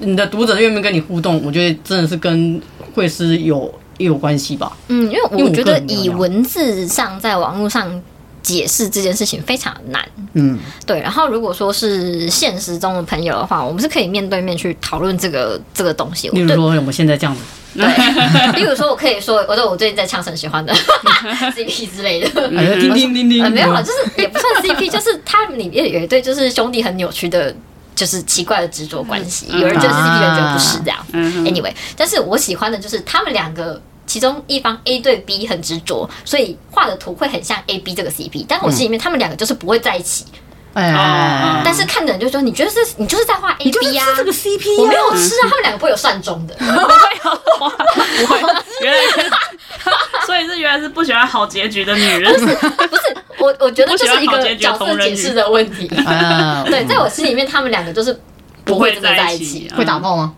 Speaker 2: 你的读者愿不愿意跟你互动，我觉得真的是跟绘师有也有关系吧。
Speaker 3: 嗯，因为
Speaker 2: 因为
Speaker 3: 我
Speaker 2: 我
Speaker 3: 觉
Speaker 2: 个
Speaker 3: 得
Speaker 2: 人没有
Speaker 3: 以
Speaker 2: 那样
Speaker 3: 文字上在网络上解释这件事情非常难。
Speaker 2: 嗯，
Speaker 3: 对，然后如果说是现实中的朋友的话，我们是可以面对面去讨论这个这个东西。我
Speaker 2: 例如
Speaker 3: 对
Speaker 2: 说我们现在这样子，
Speaker 3: 对， 例如说我可以说，我说我最近在呛很喜欢的 CP 之 类的。
Speaker 2: 哎叮叮叮叮，
Speaker 3: 呃，没有啊，就是也不算 CP，就是他们里面有一对就是兄弟很扭曲的，就是奇怪的执着关系。
Speaker 2: 嗯
Speaker 3: 有人觉得是
Speaker 2: 啊
Speaker 3: CP，有人觉得不是这样。
Speaker 1: 嗯哼
Speaker 3: Anyway，但是我喜欢的就是他们两个。其中一方 A 对 B 很执着，所以画的图会很像 A B 这个 CP，但我心里面他们两个就是不会在一起，
Speaker 2: 哎哎，
Speaker 3: 呃但是看的人就说你觉得是你就是在画 A
Speaker 2: 你就是吃
Speaker 3: B 呀、
Speaker 2: 这个 CP，
Speaker 3: 我
Speaker 2: 呀
Speaker 3: 没有吃啊，他们两个不会有善终的。
Speaker 1: 不会，原来是， 所以是原来是不喜欢好结局的女人。
Speaker 3: 不是，我我觉得
Speaker 1: 不
Speaker 3: 就
Speaker 1: 喜欢
Speaker 3: 是一
Speaker 1: 好
Speaker 3: 个
Speaker 1: 结局
Speaker 3: 角
Speaker 1: 同
Speaker 3: 色
Speaker 1: 人
Speaker 3: 解
Speaker 1: 剧
Speaker 3: 释的问题。
Speaker 2: 哎，
Speaker 3: 对，
Speaker 2: 嗯
Speaker 3: 在我心里面，他们两个就是不会真的在一起。
Speaker 1: 嗯
Speaker 2: 会打炮吗？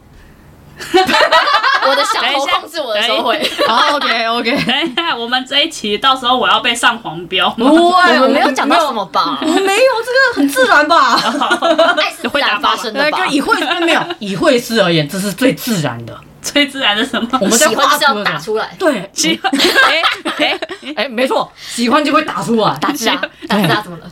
Speaker 3: 我的小
Speaker 1: 等一
Speaker 3: 头
Speaker 1: 下
Speaker 3: 控制我的手
Speaker 1: 哎
Speaker 3: 会，
Speaker 2: 好，OK OK，
Speaker 1: 等一下，我们这一期到时候我要被上黄标吗？
Speaker 2: 我
Speaker 3: 哎们没有讲到什么吧？
Speaker 2: 没有，没有这个很自然吧？
Speaker 3: 爱是自然发生的
Speaker 2: 那
Speaker 3: 吧？
Speaker 2: 跟以会师没有，以会师而言，这是最自然的。
Speaker 1: 最自然的什么
Speaker 2: 我？们在
Speaker 3: 喜欢
Speaker 2: 画
Speaker 3: 就是
Speaker 2: 图
Speaker 3: 要
Speaker 2: 的
Speaker 3: 打
Speaker 2: 时候，
Speaker 3: 出来，
Speaker 2: 对，
Speaker 1: 喜 欢 哎哎，
Speaker 2: 哎，没错，喜欢就会打出来，
Speaker 3: 打字啊，打字啊，怎么了？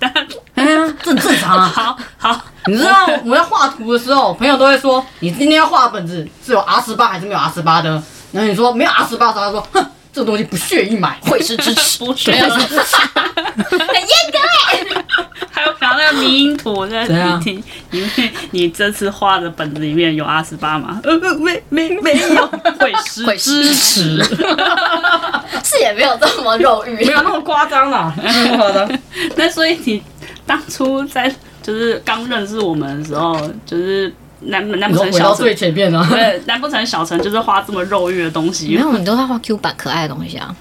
Speaker 2: 哎呀，这很正 常啊。
Speaker 1: 好好，
Speaker 2: 你知道我在画图的时候，朋友都会说，你今天要画的本子是有 R 十八还是没有 R 十八的？然后你说没有 R 十八，他说，哼，这个东西不屑于买。
Speaker 3: 会师支持，
Speaker 1: 不学了。
Speaker 3: 很严格哎。
Speaker 1: 还有讲那个迷因图，那
Speaker 2: 怎样
Speaker 1: 你听，因为你这次画的本子里面有阿十八吗？呃，呃没没没有，会失
Speaker 3: 会失
Speaker 1: 支持。
Speaker 3: 是也没有这么肉欲，
Speaker 2: 没有那么夸张啦，没有那么夸张。
Speaker 1: 那所以你当初在就是刚认识我们的时候，就是难难
Speaker 2: 你
Speaker 1: 不
Speaker 2: 说
Speaker 1: 成
Speaker 2: 回
Speaker 1: 小
Speaker 2: 到
Speaker 1: 陈
Speaker 2: 最，前面啊，
Speaker 1: 对，难不成小陈就是画这么肉欲的东西
Speaker 3: 没？有，你都在画 Q 版可爱的东西啊。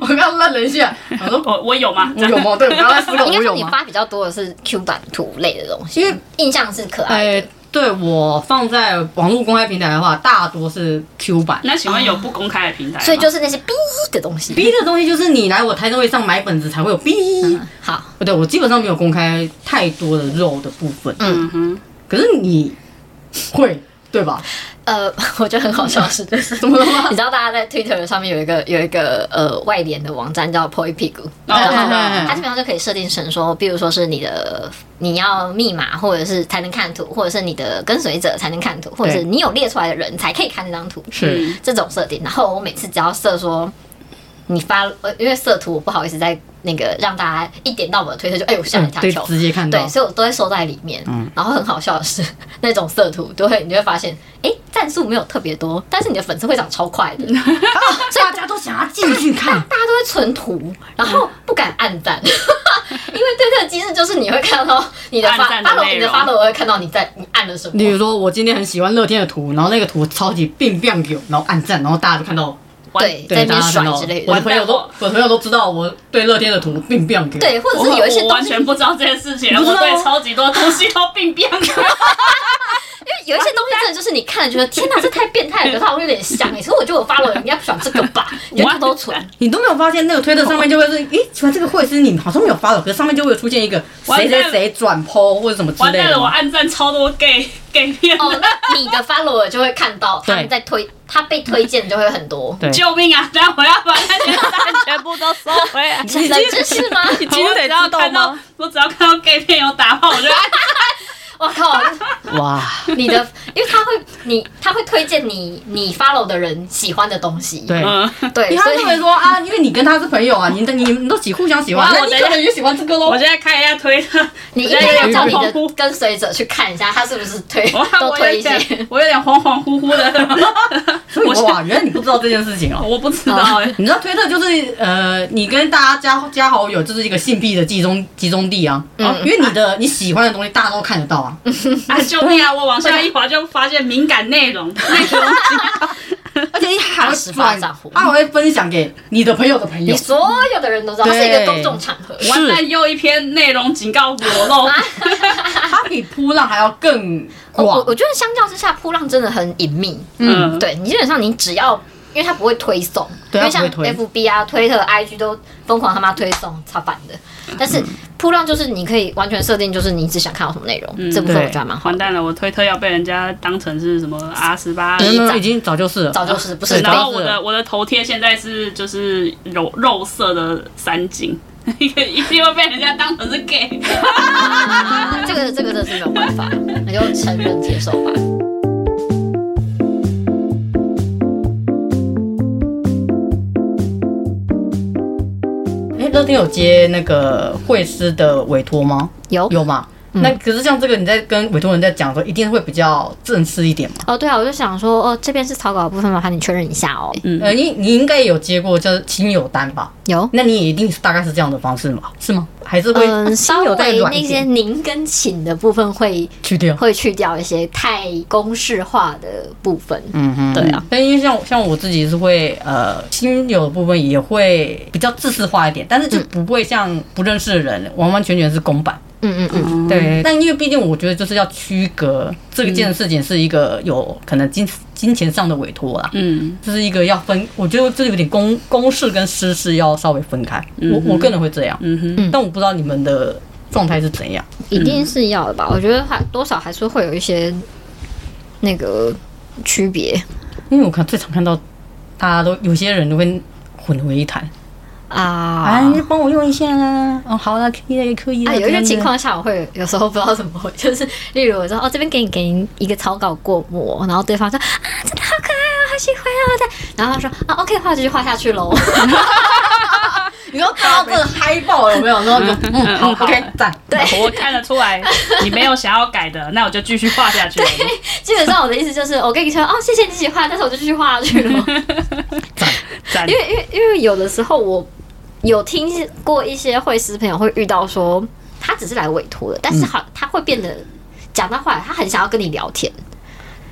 Speaker 2: 我刚愣了一下，我说
Speaker 1: 哦我我有吗？
Speaker 3: 嗯
Speaker 2: 我有吗？对，我刚才思考
Speaker 3: 应该
Speaker 2: 我
Speaker 3: 说
Speaker 2: 有
Speaker 3: 你
Speaker 2: 吗？
Speaker 3: 发比较多的是 Q 版图类的东西，
Speaker 2: 因为
Speaker 3: 印象是可爱的。
Speaker 2: 哎，对我放在网络公开平台的话，大多是 Q 版。
Speaker 1: 那请问有不公开的平台吗？
Speaker 3: 所以就是那些 B 的东西。
Speaker 2: B 的东西就是你来我台中会上买本子才会有 B。
Speaker 3: 嗯好，
Speaker 2: 不对，我基本上没有公开
Speaker 3: 嗯
Speaker 2: 太多的肉的部分，
Speaker 1: 嗯哼，
Speaker 2: 可是你会对吧？
Speaker 3: 呃，我觉得很好笑的 是，就是怎么了吗？你知道大家在 Twitter 上面有一个有一个呃外联的网站叫 Poi 屁股，
Speaker 1: 哦
Speaker 3: 然后
Speaker 1: 嗯嗯
Speaker 2: 嗯
Speaker 3: 它基本上就可以设定成说，比如说是你的你要密码，或者是才能看图，或者是你的跟随者才能看图，或者是
Speaker 2: 对
Speaker 3: 你有列出来的人才可以看那张图，
Speaker 2: 是
Speaker 1: 嗯
Speaker 3: 这种设定。然后我每次只要设说你发，呃因为色图我不好意思在那个让大家一点到我的推特就哎呦吓一
Speaker 2: 嗯
Speaker 3: 大
Speaker 2: 对，
Speaker 3: 跳，
Speaker 2: 直接看到
Speaker 3: 对，，所以我都会收在里面。
Speaker 2: 嗯
Speaker 3: 然后很好笑的是，那种色图都会，你就会发现，哎，赞数没有特别多，但是你的粉丝会长超快的，大
Speaker 2: 大家都想要进去 看。
Speaker 3: 家都会存图，然后不敢按赞， 因为对这个机制就是你会看到你的发
Speaker 1: 按赞的
Speaker 3: 发抖，
Speaker 1: 内
Speaker 3: 你的
Speaker 1: 容
Speaker 3: 发抖会看到你在你按了什
Speaker 2: 例
Speaker 3: 么。
Speaker 2: 如说，我今天很喜欢乐天的图，然后那个图超级变变有，然后暗赞，然后大家都看到，
Speaker 1: 完
Speaker 3: 对在
Speaker 2: 对，
Speaker 3: 那边
Speaker 2: 大家都看到
Speaker 3: 甩之类。的
Speaker 2: 我的朋友都
Speaker 1: 完，
Speaker 2: 我的朋友都知道我对乐天的图变变有。
Speaker 3: 对，或者
Speaker 1: 我
Speaker 3: 是有一些
Speaker 1: 我
Speaker 3: 东
Speaker 1: 完
Speaker 3: 西，
Speaker 1: 全不知道这件事情，
Speaker 2: 你
Speaker 1: 我
Speaker 2: 不知道吗
Speaker 1: 对超级多东西都病 变了。
Speaker 3: 有一些东西真的就是你看了觉得天哪，这太变态了，可是好像有点像哎，所以我觉得我发了，应该不喜欢这个 吧，你就偷偷存。
Speaker 2: 你都没有发现那个推特上面就会是，诶，喜欢这个会是你好像没有发了，可是上面就会有出现一个谁谁谁转 PO 或者什么之
Speaker 1: 完
Speaker 2: 类
Speaker 1: 蛋了，
Speaker 2: 的
Speaker 1: 我。按赞超多 gay gay 片
Speaker 3: 哦，那你的 follower 就会看 到他们在推，他被推荐就会很多。
Speaker 2: 对
Speaker 1: 救命啊！但我要把那些赞全部都收回来。
Speaker 3: 你冷知 识吗？哎
Speaker 2: 你今
Speaker 1: 我
Speaker 2: 天
Speaker 1: 只要看到？，我只要看到 gay 片有打炮，我就按
Speaker 3: 我靠，
Speaker 2: 哇，
Speaker 3: 你的，因为他会你他会推荐你你 follow 的人喜欢的东西。
Speaker 2: 对。
Speaker 1: 嗯，
Speaker 3: 对，
Speaker 2: 你还
Speaker 3: 所以
Speaker 2: 特别说啊，因为你跟他是朋友啊，你你们都喜互相喜欢，
Speaker 1: 哇
Speaker 2: 那
Speaker 1: 我
Speaker 2: 你
Speaker 1: 等一
Speaker 2: 可
Speaker 1: 下
Speaker 2: 能也喜欢这个喽
Speaker 1: 我。现在看一下推特，
Speaker 3: 你
Speaker 1: 我
Speaker 3: 应
Speaker 1: 现
Speaker 3: 该
Speaker 1: 在
Speaker 3: 要
Speaker 1: 有
Speaker 3: 叫
Speaker 1: 点
Speaker 3: 你
Speaker 1: 恍
Speaker 3: 的
Speaker 1: 惚。
Speaker 3: 跟随者去看一下，他是不是推
Speaker 1: 我
Speaker 3: 都
Speaker 1: 我有
Speaker 3: 推一些。
Speaker 1: 点，我有点恍恍惚惚 的，
Speaker 2: 所以
Speaker 3: 啊
Speaker 1: 我
Speaker 2: 哇，原来你不知道这件事情哦。
Speaker 1: 我不知道哎。
Speaker 2: 你知道推特就是呃，你跟大家加加好友，就是一个性癖的集中集中地啊。
Speaker 3: 嗯
Speaker 2: 因为你的你喜欢的东西大家都看得到啊。
Speaker 1: 啊，救命啊！我往下一滑就发现敏感内容，
Speaker 2: 而且你还
Speaker 3: 八
Speaker 2: 会
Speaker 3: 十八
Speaker 2: 转
Speaker 3: 丈夫，
Speaker 2: 还会分享给你的朋友的朋友
Speaker 3: 你。所有的人都知道，它是一个公众场合。
Speaker 1: 完蛋又一篇内容警告裸露，
Speaker 2: 它比扑浪还要更
Speaker 3: 我
Speaker 1: 哦
Speaker 3: 我
Speaker 2: 广
Speaker 3: 我。觉得相较之下，扑浪真的很隐秘。
Speaker 1: 嗯，
Speaker 3: 对你基本上你只要，因为它不会推送，
Speaker 2: 对它
Speaker 3: 因为像
Speaker 2: 不会
Speaker 3: FB 啊、推特、IG 都疯狂他妈推送，超烦的。
Speaker 1: 嗯
Speaker 3: 但是铺浪就是你可以完全设定，就是你只想看到什么内
Speaker 1: 嗯
Speaker 3: 容，这部分我
Speaker 2: 对
Speaker 3: 觉得还蛮好
Speaker 1: 完。蛋了，我推特要被人家当成是什么 R 十八。
Speaker 2: 没有没有
Speaker 3: 一
Speaker 2: 已经啊早就是了，
Speaker 3: 早就是不是
Speaker 2: 对
Speaker 1: 然后
Speaker 2: 早就
Speaker 1: 我
Speaker 2: 是
Speaker 1: 的
Speaker 2: 了
Speaker 1: 我的头贴现在是就是肉肉色的三金， 一个一定会被人家当成是 gay。
Speaker 3: 啊 这个这个真的是没有办法，你就承认接受吧。
Speaker 2: 哎，乐天有接那个会师的委托吗？
Speaker 3: 有
Speaker 2: 有嗯嘛？那可是像这个，你在跟委托人在讲的时候，一定会比较正式一点嘛？
Speaker 3: 哦，对啊，我就想说，哦，这边是草稿的部分，麻烦你确认一下哦。
Speaker 1: 嗯
Speaker 2: 呃，你你应该也有接过叫亲友单吧？
Speaker 3: 有，
Speaker 2: 那你也一定是大概是这样的方式嘛？是吗？呃还是会
Speaker 3: 嗯，稍
Speaker 2: 亲友再
Speaker 3: 微
Speaker 2: 软
Speaker 3: 那
Speaker 2: 一
Speaker 3: 些
Speaker 2: 点
Speaker 3: 您跟请的部分会
Speaker 2: 去掉？
Speaker 3: 会去掉一些太公式化的部分。
Speaker 2: 嗯哼，
Speaker 3: 对啊。
Speaker 2: 但因为像像我自己是会呃亲友的部分也会比较自私化一点，但是就不会像不认识的人完完全全是公版。
Speaker 3: 嗯嗯嗯。
Speaker 2: 对，嗯但因为毕竟我觉得就是要区隔这件事情是一个有可能金金钱上的委托啦，
Speaker 1: 嗯，
Speaker 2: 这是一个要分，我觉得这有点公公事跟私事要稍微分开。我我个人会这样，
Speaker 1: 嗯哼，
Speaker 2: 但我不知道你们的状态是怎样。
Speaker 3: 一定是要的吧？我觉得还多少还是会有一些那个区别
Speaker 2: 因为我看最常看到大家都有些人都会混为一谈，
Speaker 3: 啊。
Speaker 2: 啊，你就帮我用一下啦。哦，好啦，可以可以啦。
Speaker 3: 啊，有一
Speaker 2: 这
Speaker 3: 些
Speaker 2: 样子
Speaker 3: 情，况下，我会有时候不知道怎么回， 就是例如我说哦，这边给你给你一个草稿过目，然后对方说啊，真的好可爱啊，好喜欢啊，对，然后他说啊，OK，画就画下去喽。
Speaker 2: 你要看到这嗨爆 了有没有？然后就嗯，好，OK，赞。
Speaker 1: 对，嗯我看得出来你没有想要改的， 那我就继续画下去。
Speaker 3: 基本上我的意思就是，我跟你说哦，谢谢你喜欢，但是我就继续画下去了。
Speaker 1: 赞
Speaker 3: 因为因为因为有的时候我有听过一些会师朋友会遇到说，他只是来委托的，但是好他会变得讲到后来，他很想要跟你聊天，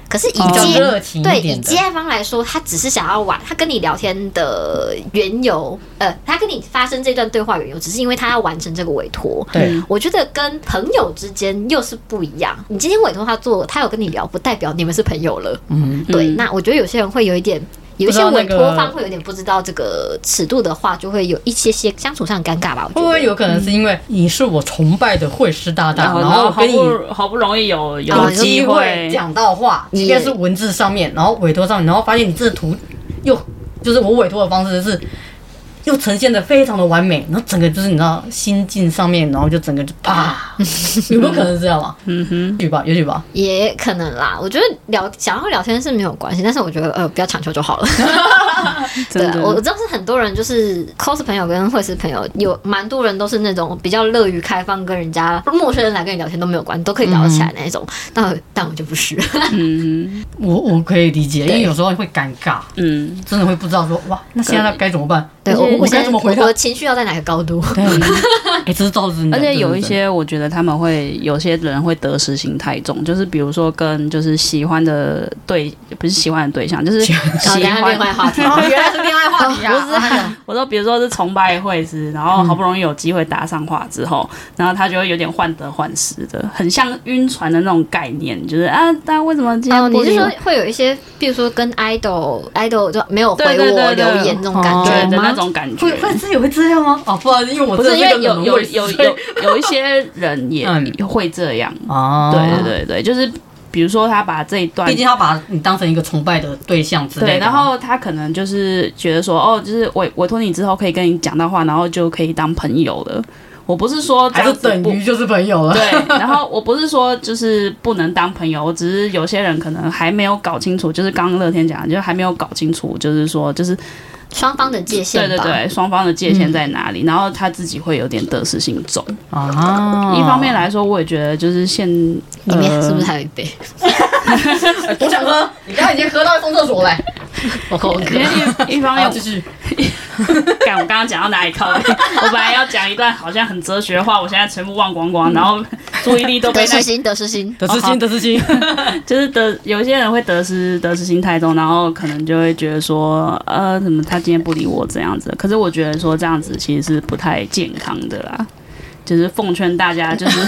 Speaker 3: 可是以
Speaker 2: 比较
Speaker 3: 接、
Speaker 2: 热情
Speaker 3: 对
Speaker 2: 一
Speaker 3: 以
Speaker 2: 点的
Speaker 3: 接，待方来说，他只是想要玩，他跟你聊天的缘由，呃，他跟你发生这段对话缘由，只是因为他要完成这个委托，
Speaker 2: 对，
Speaker 3: 我觉得跟朋友之间又是不一样。你今天委托他做，他有跟你聊，不代表你们是朋友了。
Speaker 2: 嗯，
Speaker 3: 对，
Speaker 1: 嗯
Speaker 3: 那我觉得有些人会有一点有一
Speaker 2: 不知
Speaker 3: 些
Speaker 2: 道
Speaker 3: 委
Speaker 2: 那个
Speaker 3: 托方会有点不知道这个尺度的话，就会有一些些相处上的尴尬吧。我觉
Speaker 2: 会不
Speaker 3: 得
Speaker 2: 会有可能是因为你是我崇拜的会师大大，嗯然后我
Speaker 1: 好
Speaker 2: 跟你
Speaker 1: 不好不容易有
Speaker 3: 啊
Speaker 1: 有
Speaker 3: 你说
Speaker 1: 机
Speaker 2: 会讲到话，
Speaker 3: 你
Speaker 2: 即便是文字上面，然后委托上面，然后发现你这图又就是我委托的方式是又呈现的非常的完美，然后整个就是你知道心境上面，然后就整个就啪， 有没有可能是这样啊？嗯哼，也许吧，也许吧。
Speaker 3: 也可能啦。我觉得聊想要聊天是没有关系，但是我觉得呃不要强求就好了。对
Speaker 1: 真，
Speaker 3: 啊
Speaker 1: 的
Speaker 3: 我知道是很多人就是 cos 朋友跟会师朋友，有蛮多人都是那种比较乐于开放，跟人家陌生人来跟你聊天都没有关系，都可以聊得起来那一种。但但我就不是，
Speaker 1: 嗯
Speaker 2: 我我可以理解，因为有时候会尴尬，
Speaker 1: 嗯，
Speaker 2: 真的会不知道说哇，那现在该怎么办？
Speaker 3: 对
Speaker 2: 我
Speaker 3: 我
Speaker 2: 我
Speaker 3: 现
Speaker 2: 该
Speaker 3: 在
Speaker 2: 怎么回
Speaker 3: 我
Speaker 2: 答
Speaker 3: 的？情绪要在哪个高度？
Speaker 2: 哎，这是赵子，
Speaker 1: 而且有一些我觉得他们会有些人会得失心太重，就是比如说跟就是喜欢的对不是喜欢的对象，就是喜
Speaker 3: 然后等一下
Speaker 1: 欢
Speaker 3: 另外 话题。
Speaker 2: 哦，原来是恋爱话题啊！
Speaker 1: 我说，比如说是崇拜会师，然后好不容易有机会搭上话之后，然后他就会有点患得患失的，很像晕船的那种概念，就是啊，但为什么今
Speaker 3: 哦，
Speaker 1: 天
Speaker 3: 你
Speaker 1: 不
Speaker 3: 是
Speaker 1: 理我
Speaker 3: 说会有一些，比如说跟 idol idol 就没有回
Speaker 1: 对对
Speaker 3: 我
Speaker 1: 对对
Speaker 3: 留言这种感
Speaker 2: 哦
Speaker 1: 对
Speaker 3: 觉
Speaker 1: 的那
Speaker 3: 吗？
Speaker 1: 种感觉
Speaker 2: 会？会自己会这样吗？哦，不好意思，因为我
Speaker 1: 不
Speaker 2: 真
Speaker 1: 是
Speaker 2: 的
Speaker 1: 因为
Speaker 2: 个
Speaker 1: 有
Speaker 2: 冷
Speaker 1: 有
Speaker 2: 门
Speaker 1: 有
Speaker 2: 位置
Speaker 1: 有有一些人也
Speaker 2: 嗯
Speaker 1: 会这样，
Speaker 2: 哦，
Speaker 1: 对对对对，就是比如说他把这一段
Speaker 2: 毕竟他把你当成一个崇拜的对象之类
Speaker 1: 对，
Speaker 2: 的。
Speaker 1: 然后他可能就是觉得说，哦，就是委委托你之后可以跟你讲到话，然后就可以当朋友了。我不是说这
Speaker 2: 还
Speaker 1: 样
Speaker 2: 是
Speaker 1: 子
Speaker 2: 等
Speaker 1: 不
Speaker 2: 于就是朋友 了。
Speaker 1: 对，然后我不是说就是不能当朋友，我只是有些人可能还没有搞清楚，就是刚刚乐天讲的，就是还没有搞清楚，就是说就是
Speaker 3: 双方的界限
Speaker 1: 对
Speaker 3: 吧。
Speaker 1: 对对，双方的界限在哪里，然后他自己会有点得失心重。
Speaker 2: 啊
Speaker 1: 一方面来说，我也觉得就是现
Speaker 3: 里面
Speaker 1: 呃
Speaker 3: 是不是还有一杯？
Speaker 2: 我想喝，你刚刚已经喝到送厕所了。哦
Speaker 3: 我口渴
Speaker 1: 因。为一一方面哦
Speaker 2: 好，，继续。
Speaker 1: 干我刚刚讲到哪里靠北？ 我本来要讲一段好像很哲学的话，我现在全部忘光光，然后注意力都被
Speaker 3: 得
Speaker 1: 那
Speaker 3: 失心，得失心。
Speaker 2: 得失心，得 失心。
Speaker 1: 就是得有些人会得失得失心太重，然后可能就会觉得说，呃，怎么他今天不理我这样子？可是我觉得说这样子其实是不太健康的啦。就是奉劝大家，就是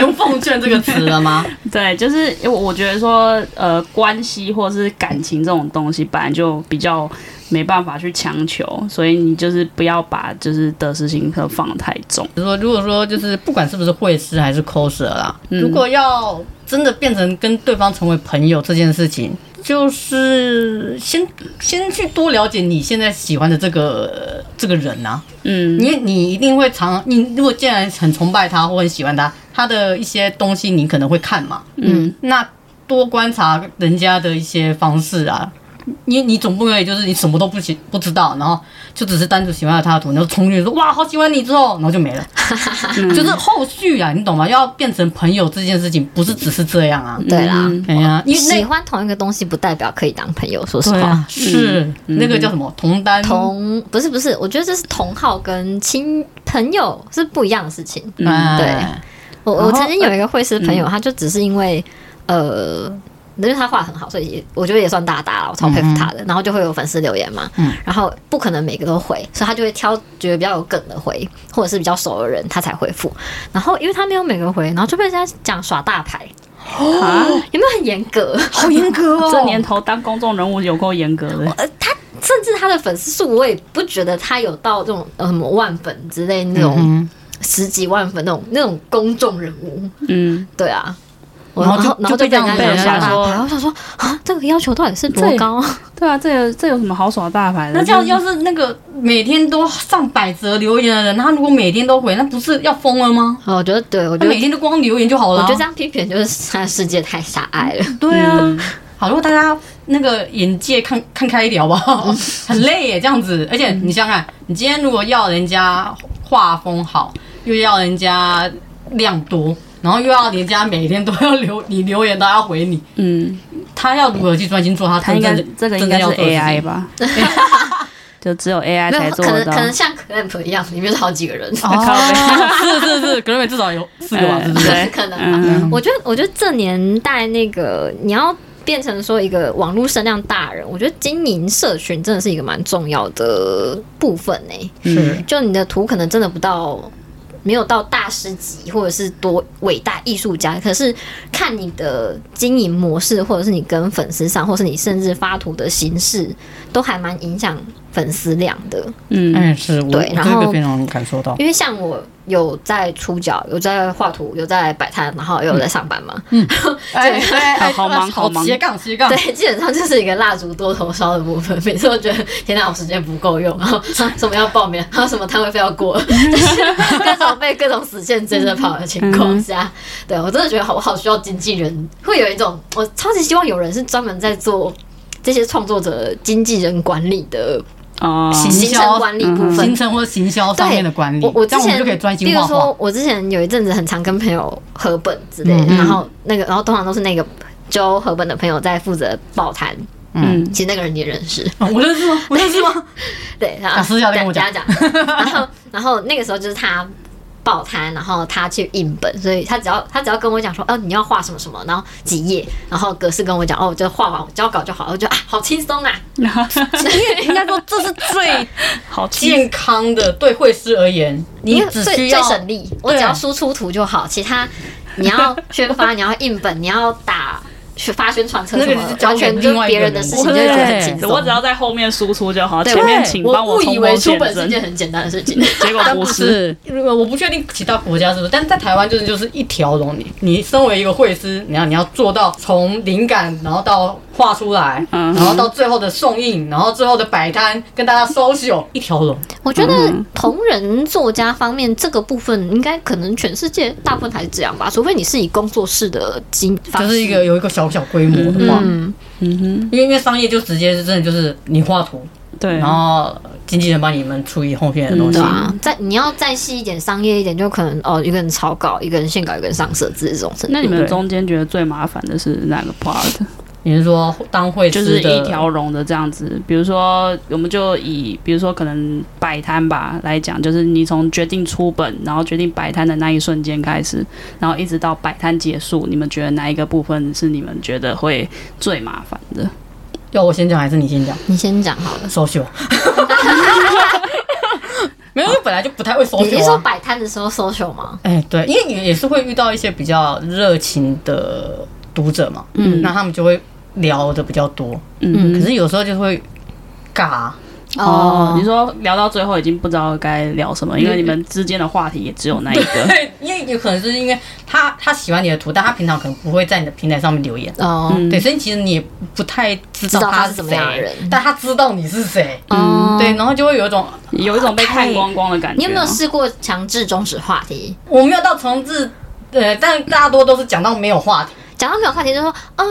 Speaker 2: 用奉劝这个词了吗？
Speaker 1: 对，就是因为我觉得说，呃，关系或是感情这种东西，本来就比较没办法去强求，所以你就是不要把就是得失心可放得太重。
Speaker 2: 就是 说，如果说就是不管是不是会师还是 coser 啦，
Speaker 1: 嗯
Speaker 2: 如果要真的变成跟对方成为朋友这件事情，就是先先去多了解你现在喜欢的这个这个人啊，
Speaker 1: 嗯，
Speaker 2: 因为你一定会常，你如果既然很崇拜他或很喜欢他，他的一些东西你可能会看嘛，
Speaker 3: 嗯，
Speaker 2: 那多观察人家的一些方式啊。你你总不可以就是你什么都不喜不知道，然后就只是单纯喜欢了他的图，然后冲进去说哇好喜欢你之后，然后就没 了，
Speaker 3: 嗯
Speaker 2: 就是后续啊，你懂吗？要变成朋友这件事情不是只是这样啊，
Speaker 3: 对啦，
Speaker 2: 哎呀，因为
Speaker 3: 嗯喜
Speaker 2: 那
Speaker 3: 欢嗯同一个东西不代表可以当朋友，说实
Speaker 2: 对
Speaker 3: 话
Speaker 2: 啊。是、那个叫什么同单
Speaker 3: 同不是不是，我觉得这是同好跟亲朋友是不一样的事情。
Speaker 2: 哎
Speaker 3: 我
Speaker 1: 然后
Speaker 3: 我曾经有一个会师朋
Speaker 2: 嗯
Speaker 3: 友，他就只是因为呃，因为他画很好，所以也我觉得也算大大了，我超佩服他
Speaker 2: 嗯
Speaker 3: 的。然后就会有粉丝留言嘛，然后不可能每个都回，所以他就会挑觉得比较有梗的回，或者是比较熟的人他才回复。然后因为他没有每个回，然后就被人家讲耍大牌，
Speaker 1: 啊，
Speaker 3: 有没有很严格？
Speaker 2: 好严格 哦，
Speaker 1: 这年头当公众人物有够严格的。
Speaker 3: 呃，他甚至他的粉丝数，我也不觉得他有到这种呃什么万粉之类那种
Speaker 2: 嗯
Speaker 3: 十几万粉那种那种公众人物，
Speaker 1: 嗯，
Speaker 3: 对啊。我
Speaker 2: 然
Speaker 3: 然
Speaker 2: 后就
Speaker 3: 后
Speaker 2: 就
Speaker 3: 然后
Speaker 2: 被
Speaker 3: 就
Speaker 2: 这样
Speaker 3: 被人家讲
Speaker 1: 被人
Speaker 3: 耍
Speaker 1: 家
Speaker 3: 大
Speaker 1: 说
Speaker 3: 牌，我想说啊，这个要求到底是多
Speaker 1: 对
Speaker 3: 高 啊？
Speaker 1: 对啊，这有这有什么好耍大牌的？
Speaker 2: 那这
Speaker 1: 就
Speaker 2: 样
Speaker 1: 是
Speaker 2: 要是那个每天都上百则留言的人，他如果每天都回，那不是要疯了吗？
Speaker 3: 哦我觉得对，我
Speaker 2: 他
Speaker 3: 觉
Speaker 2: 每
Speaker 3: 得
Speaker 2: 天都光留言就好
Speaker 3: 我
Speaker 2: 了啊。
Speaker 3: 觉得这样批评就是 他的世界太狭隘了。
Speaker 2: 对
Speaker 1: 嗯
Speaker 2: 啊。好，如果大家那个眼界看看开一点，好不好？
Speaker 1: 嗯
Speaker 2: 很累耶，这样子。而且你想想看，你今天如果要人家画风好，又要人家量多，然后又要人家每天都要留你留言，都要回你，
Speaker 1: 嗯，
Speaker 2: 他要如何去专心做他
Speaker 1: 他应
Speaker 2: 真
Speaker 1: 该
Speaker 2: 正
Speaker 1: 这个
Speaker 2: 的
Speaker 1: 应该是
Speaker 2: 真正要做的事情
Speaker 1: AI 吧？ 就只有 AI
Speaker 3: 没
Speaker 1: 才
Speaker 3: 有，
Speaker 1: 做
Speaker 3: 可能
Speaker 1: 得到
Speaker 3: 可。能像 clamp 一样，里面是好几个人。
Speaker 2: 哦， 是是是，格瑞美至少有 四个吧，是不是？
Speaker 1: 对
Speaker 3: 可能吧
Speaker 1: 嗯
Speaker 3: 我觉得，我觉得这年代那个你要变成说一个网络声量大人，我觉得经营社群真的是一个蛮重要的部分呢、
Speaker 2: 是
Speaker 1: 嗯
Speaker 3: 就你的图可能真的不到没有到大师级或者是多伟大艺术家，可是看你的经营模式，或者是你跟粉丝上，或是你甚至发图的形式，都还蛮影响粉丝量的。
Speaker 1: 嗯，
Speaker 2: 嗯，是我
Speaker 3: 对
Speaker 2: 我
Speaker 3: 然
Speaker 2: 这个
Speaker 3: 后
Speaker 2: 非常感受到。
Speaker 3: 因为像我有在出脚，有在画图，有在摆摊，然后也有在上班嘛。
Speaker 2: 哎哎
Speaker 1: 哎好忙好忙
Speaker 2: 斜杠斜杠。
Speaker 3: 对，基本上就是一个蜡烛多头烧的部分。每次都觉得天哪，我时间不够用，然后啊什么要报名，还有什么摊位费要过，就是各种被各种死线追着跑的情
Speaker 2: 嗯
Speaker 3: 况下，对我真的觉得好，我好需要经纪人，会有一种我超级希望有人是专门在做这些创作者经纪人管理的
Speaker 1: 哦，
Speaker 2: 行
Speaker 3: 行
Speaker 2: 销
Speaker 3: 程管理部分
Speaker 2: 行。程或行销上面的管理，
Speaker 3: 我我
Speaker 2: 这
Speaker 3: 之
Speaker 2: 样我们
Speaker 3: 前
Speaker 2: 就可以专
Speaker 3: 比
Speaker 2: 心
Speaker 3: 如
Speaker 2: 画画
Speaker 3: 说。，我之前有一阵子很常跟朋友合本之类的，
Speaker 2: 嗯
Speaker 3: 然后那个，然后通常都是那个揪合本的朋友在负责报摊，
Speaker 1: 嗯，
Speaker 3: 其实那个人你也认识，
Speaker 2: 啊我认识吗？我认识吗？
Speaker 3: 对，然
Speaker 2: 啊
Speaker 3: 后
Speaker 2: 私下再跟我
Speaker 3: 等下讲，然后 然后那个时候就是他。报摊，然后他去印本，所以他只要他只要跟我讲说，哦，你要画什么什么，然后几页，然后格式跟我讲，哦，我就画完我交稿就好，我就啊，好轻 松啊，
Speaker 2: 应该说这是最
Speaker 1: 好气，
Speaker 2: 健康的，对会师而言，你
Speaker 3: 因为
Speaker 2: 只
Speaker 3: 最
Speaker 2: 需
Speaker 3: 最
Speaker 2: 要
Speaker 3: 省力，我只
Speaker 2: 对
Speaker 3: 要输出图就好，其他你要宣发，你要印本，你要打去发宣传册什
Speaker 2: 那个
Speaker 3: 么
Speaker 2: 是
Speaker 3: 的，
Speaker 2: 交
Speaker 3: 完
Speaker 2: 给
Speaker 3: 全就
Speaker 2: 另
Speaker 3: 是
Speaker 2: 外一
Speaker 3: 别
Speaker 2: 个
Speaker 3: 人的
Speaker 2: 人
Speaker 3: 事情，就会觉得很
Speaker 2: 对
Speaker 3: 轻松。
Speaker 1: 我只要在后面输出就好，
Speaker 3: 对
Speaker 1: 前面请帮
Speaker 2: 我误
Speaker 1: 通
Speaker 2: 以
Speaker 1: 过
Speaker 2: 为出
Speaker 1: 见
Speaker 2: 本是
Speaker 1: 证
Speaker 2: 一，件
Speaker 3: 很简单的事情，
Speaker 1: 结果不是，
Speaker 2: 呃，我不确定其他国家是不是，但是在台湾就是就是一条龙。你你身为一个绘师，你要你要做到从灵感，然后到画出来，
Speaker 1: 嗯
Speaker 2: 然后到最后的送印，然后最后的摆摊，跟大家 social 一条龙。
Speaker 3: 我觉得
Speaker 2: 嗯
Speaker 3: 同人作家方面这个部分，应该可能全世界大部分还是这样吧，除非你是以工作室的经方
Speaker 2: 就
Speaker 3: 式，
Speaker 2: 是一个有一个小小规模的话，
Speaker 3: 嗯，
Speaker 1: 嗯哼，
Speaker 2: 因为因为商业就直接是真的就是你画图，
Speaker 1: 嗯对，哦嗯
Speaker 2: 然后经纪人帮你们处理后面的东西
Speaker 3: 对。啊，再你要再细一点、商业一点，就可能哦，一个人草稿，一个人线稿，一个人上色字这种程度。
Speaker 1: 那你们
Speaker 2: 对
Speaker 1: 中间觉得最麻烦的是哪个 part？
Speaker 2: 你是说当绘
Speaker 1: 就
Speaker 2: 师
Speaker 1: 是
Speaker 2: 的
Speaker 1: 一条龙的这样子。比如说，我们就以比如说可能摆摊吧来讲，就是你从决定出本，然后决定摆摊的那一瞬间开始，然后一直到摆摊结束，你们觉得哪一个部分是你们觉得会最麻烦的？
Speaker 2: 要我先讲还是你先讲
Speaker 3: 你先讲好了。
Speaker 2: ？social，没有，因为本来就不太会
Speaker 3: 你是
Speaker 2: social
Speaker 3: 说
Speaker 2: 啊。
Speaker 3: 摆摊的时候 social 吗？
Speaker 2: 哎，对，因为你也是会遇到一些比较热情的读者嘛，
Speaker 1: 嗯
Speaker 2: 那他们就会聊的比较多，
Speaker 1: 嗯，
Speaker 2: 可是有时候就会尬，
Speaker 1: 哦，你说聊到最后已经不知道该聊什么，因为你们之间的话题也只有那一 个。
Speaker 2: 对，因为有可能是因为他他喜欢你的图，但他平常可能不会在你的平台上面留言，
Speaker 3: 哦，
Speaker 1: 嗯
Speaker 2: 对，所以其实你也不太知道
Speaker 3: 知道他
Speaker 2: 是谁
Speaker 3: 是怎么样的人
Speaker 2: 但他知道你是谁，
Speaker 3: 哦
Speaker 2: 嗯对，然后就会有一种
Speaker 1: 有一种被看光光的感觉。
Speaker 3: 你有没有试过强制终止话题？
Speaker 2: 我没有到重置，呃，但大多都是讲到没有话题，
Speaker 3: 讲到没有话题，就说啊、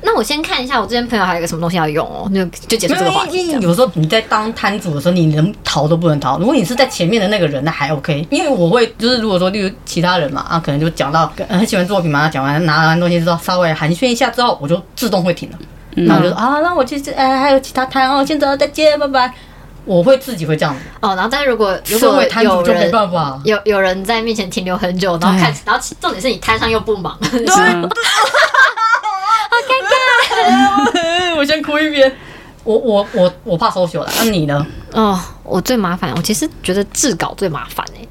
Speaker 3: 那我先看一下，我这边朋友还有一个什么东西要用哦，就就结束
Speaker 2: 没
Speaker 3: 这个话
Speaker 2: 有，
Speaker 3: 题。
Speaker 2: 因为有时候你在当摊主的时候，你连逃都不能逃。如果你是在前面的那个人，那还 OK，因为我会就是如果说例如其他人嘛，啊，可能就讲到呃很喜欢作品嘛，讲完拿完东西之后稍微寒暄一下之后，我就自动会停了。
Speaker 1: 嗯
Speaker 2: 然后我就说啊，那我去吃，哎，还有其他摊哦，先走，再见，拜拜。我会自己会这样子，
Speaker 3: 哦，然后但是如果如
Speaker 2: 身
Speaker 3: 果
Speaker 2: 为摊主
Speaker 3: 有
Speaker 2: 就没
Speaker 3: 人
Speaker 2: 办法。
Speaker 3: 有有人在面前停留很久，然后看，然后其重点是你摊上又不忙，
Speaker 1: 嗯？
Speaker 2: 我先哭一遍。我我我我怕收手了，那、你呢？
Speaker 3: 哦，我最麻烦，我其实觉得制稿最麻烦哎、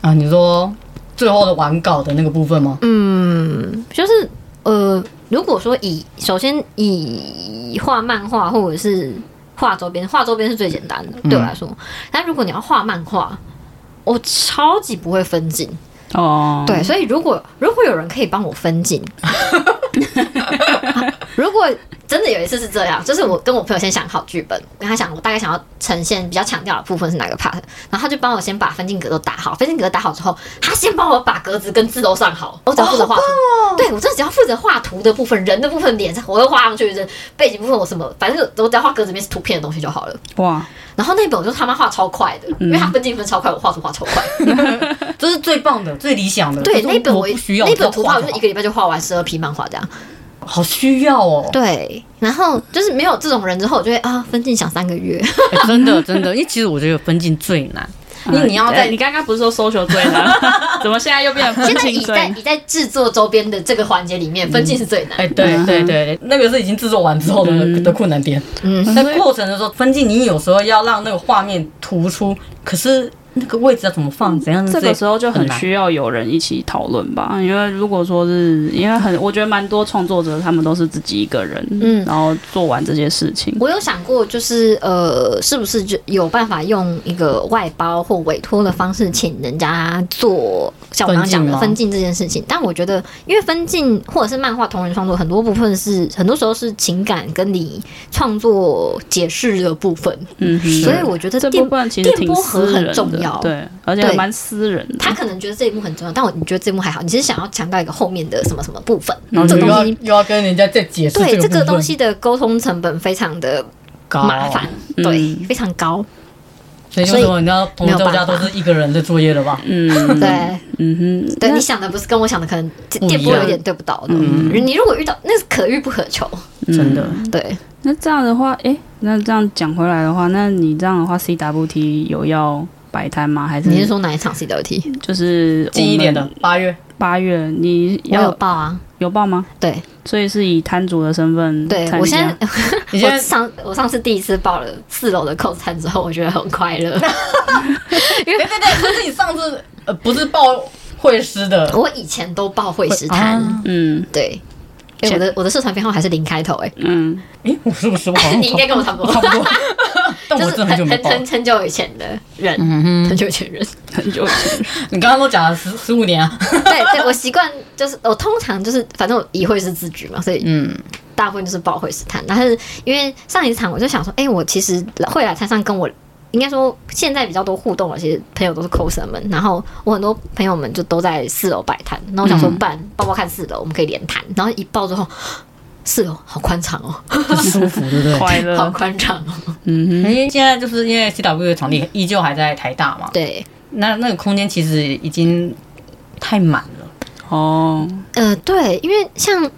Speaker 2: 啊，你说最后的完稿的那个部分吗？
Speaker 3: 嗯，就是呃，如果说以首先以画漫画或者是画周边，画周边是最简单的，对我来说。但如果你要画漫画，我超级不会分镜，
Speaker 1: 哦，
Speaker 3: 对，所以如果如果有人可以帮我分镜，如果真的有一次是这样，就是我跟我朋友先想好剧本，跟他想我大概想要呈现比较强调的部分是哪个 part，然后他就帮我先把分镜格都打好，分镜格打好之后，他先帮我把格子跟字都上好，我只要负责画图，对我真的只要负责画图的部分，人的部分脸我会画上去，人背景部分我什么，反正我只要画格子里面是图片的东西就好了。
Speaker 1: 哇，
Speaker 3: 然后那本我就他妈画超快的，因为他分镜分超快，我画图画超快。
Speaker 2: 这是最棒的、最理想的。
Speaker 3: 对，
Speaker 2: 可
Speaker 3: 那
Speaker 2: 是
Speaker 3: 本
Speaker 2: 我
Speaker 3: 我
Speaker 2: 不需要
Speaker 3: 那
Speaker 2: 只要
Speaker 3: 本图画我
Speaker 2: 就
Speaker 3: 就是
Speaker 2: 好哦
Speaker 3: 一个礼拜就画完十二批漫画这样。
Speaker 2: 好需要 哦。
Speaker 3: 对，然后就是没有这种人之后，我就会啊分镜想三个 月。
Speaker 2: 欸真的真的，因为其实我觉得分镜最 难，因为你要
Speaker 1: 哎
Speaker 2: 在
Speaker 1: 你刚刚不是说 social 最难，怎么现在又变成分
Speaker 3: 现在
Speaker 1: 清
Speaker 3: 你在
Speaker 1: 最？
Speaker 3: 你在制作周边的这个环节里面，分镜是最难。
Speaker 2: 哎、对对对，那个是已经制作完之后的、的困难点。
Speaker 3: 嗯，
Speaker 2: 在过程的时候，分镜你有时候要让那个画面突出，可是那个位置要怎么放，
Speaker 3: 嗯
Speaker 2: 怎样
Speaker 1: 这个时候就很
Speaker 2: 难
Speaker 1: 需要有人一起讨论吧，因为如果说是因为很，我觉得蛮多创作者他们都是自己一个人，
Speaker 3: 嗯
Speaker 1: 然后做完这些事情。
Speaker 3: 我有想过，就是呃，是不是就有办法用一个外包或委托的方式，请人家做像我刚刚讲
Speaker 2: 分镜
Speaker 3: 的
Speaker 2: 吗
Speaker 3: 分镜这件事情？但我觉得，因为分镜或者是漫画同人创作，很多部分是很多时候是情感跟你创作解释的部分，
Speaker 1: 嗯哼，
Speaker 3: 所以我觉得
Speaker 1: 这
Speaker 3: 电
Speaker 1: 部分其实挺私人
Speaker 3: 电波
Speaker 1: 的，
Speaker 3: 很重要
Speaker 1: 对，而且
Speaker 3: 对
Speaker 1: 还蛮私人的。
Speaker 3: 他可能觉得这一幕很重要，但我你觉得这一幕还好，你是想要强调一个后面的什么什么部分，然后这
Speaker 2: 又
Speaker 3: 个
Speaker 2: 要
Speaker 3: 东西。
Speaker 2: 又要跟人家再解释个
Speaker 3: 对这个
Speaker 2: 部分
Speaker 3: 东西的沟通成本非常的
Speaker 2: 高哦
Speaker 3: 麻烦，
Speaker 1: 嗯
Speaker 3: 对，非常高，
Speaker 2: 所以就
Speaker 3: 所以
Speaker 2: 说你知道，同学家
Speaker 3: 没有办
Speaker 2: 都
Speaker 3: 法
Speaker 2: 是一个人的作业了吧？
Speaker 1: 嗯，
Speaker 3: 对。
Speaker 1: 嗯哼，
Speaker 3: 对你想的不是跟我想的可能
Speaker 2: 不一
Speaker 3: 电波
Speaker 2: 样嗯
Speaker 3: 有点对不到的。你如果遇到那是可遇不可求，
Speaker 2: 真的，
Speaker 3: 对，
Speaker 1: 嗯那这样的话，诶，那这样讲回来的话，那你这样的话，CWT 有要摆摊吗？还是
Speaker 2: 嗯
Speaker 3: 你是说哪一场 CWT？
Speaker 1: 就是
Speaker 2: 近一点的？八月
Speaker 1: 八月你
Speaker 3: 我有
Speaker 1: 要
Speaker 3: 报啊，
Speaker 1: 有报吗？
Speaker 3: 对
Speaker 1: 所以是以摊主的身份参
Speaker 3: 对
Speaker 1: 加，，
Speaker 3: 我现在
Speaker 2: 你现
Speaker 3: 我
Speaker 2: 在
Speaker 3: 上我上次第一次报了四楼的扣餐之后，我觉得很 快乐。
Speaker 2: 对对对，就是你上次呃不是报会师的，
Speaker 3: 我以前都报会师
Speaker 2: 哦
Speaker 3: 摊，
Speaker 1: 嗯
Speaker 3: 对，哎，我的我的社团编号还是零开头，哎，
Speaker 1: 嗯，
Speaker 2: 诶，我是不是我好像
Speaker 3: 你应该跟我差不
Speaker 2: 哦差
Speaker 3: 多
Speaker 2: 不， 多？但
Speaker 3: 就
Speaker 2: 我真
Speaker 3: 是
Speaker 2: 的很久
Speaker 3: 很
Speaker 2: 没
Speaker 3: 很
Speaker 2: 报。嗯
Speaker 3: 很很久以前的人，很久以前 的人。
Speaker 1: 很久以前
Speaker 2: 你刚刚都讲了十十五年啊，
Speaker 3: 对对，我习惯就是我通常就是反正我一会是自居嘛，所以
Speaker 2: 嗯，
Speaker 3: 大部分就是报会试探，但是因为上一场我就想说，哎、我其实会来摊上跟我。应该说，现在比较多互动了。其实朋友都是 coser 们，然后我很多朋友们就都在四楼摆摊。那我想说，
Speaker 2: 嗯
Speaker 3: 不然抱抱看四楼，我们可以连摊。然后一抱之后，四楼好宽敞哦，
Speaker 2: 很舒服，对不对？啊
Speaker 1: 快
Speaker 3: 好
Speaker 1: 乐，
Speaker 3: 宽敞哦。
Speaker 1: 嗯
Speaker 2: 因
Speaker 1: 哼，
Speaker 2: 为现在就是因为 CW 的场地依旧还在台大嘛，
Speaker 3: 对，
Speaker 2: 那那个空间其实已经太满了。
Speaker 1: 哦，
Speaker 3: 呃，对，因为像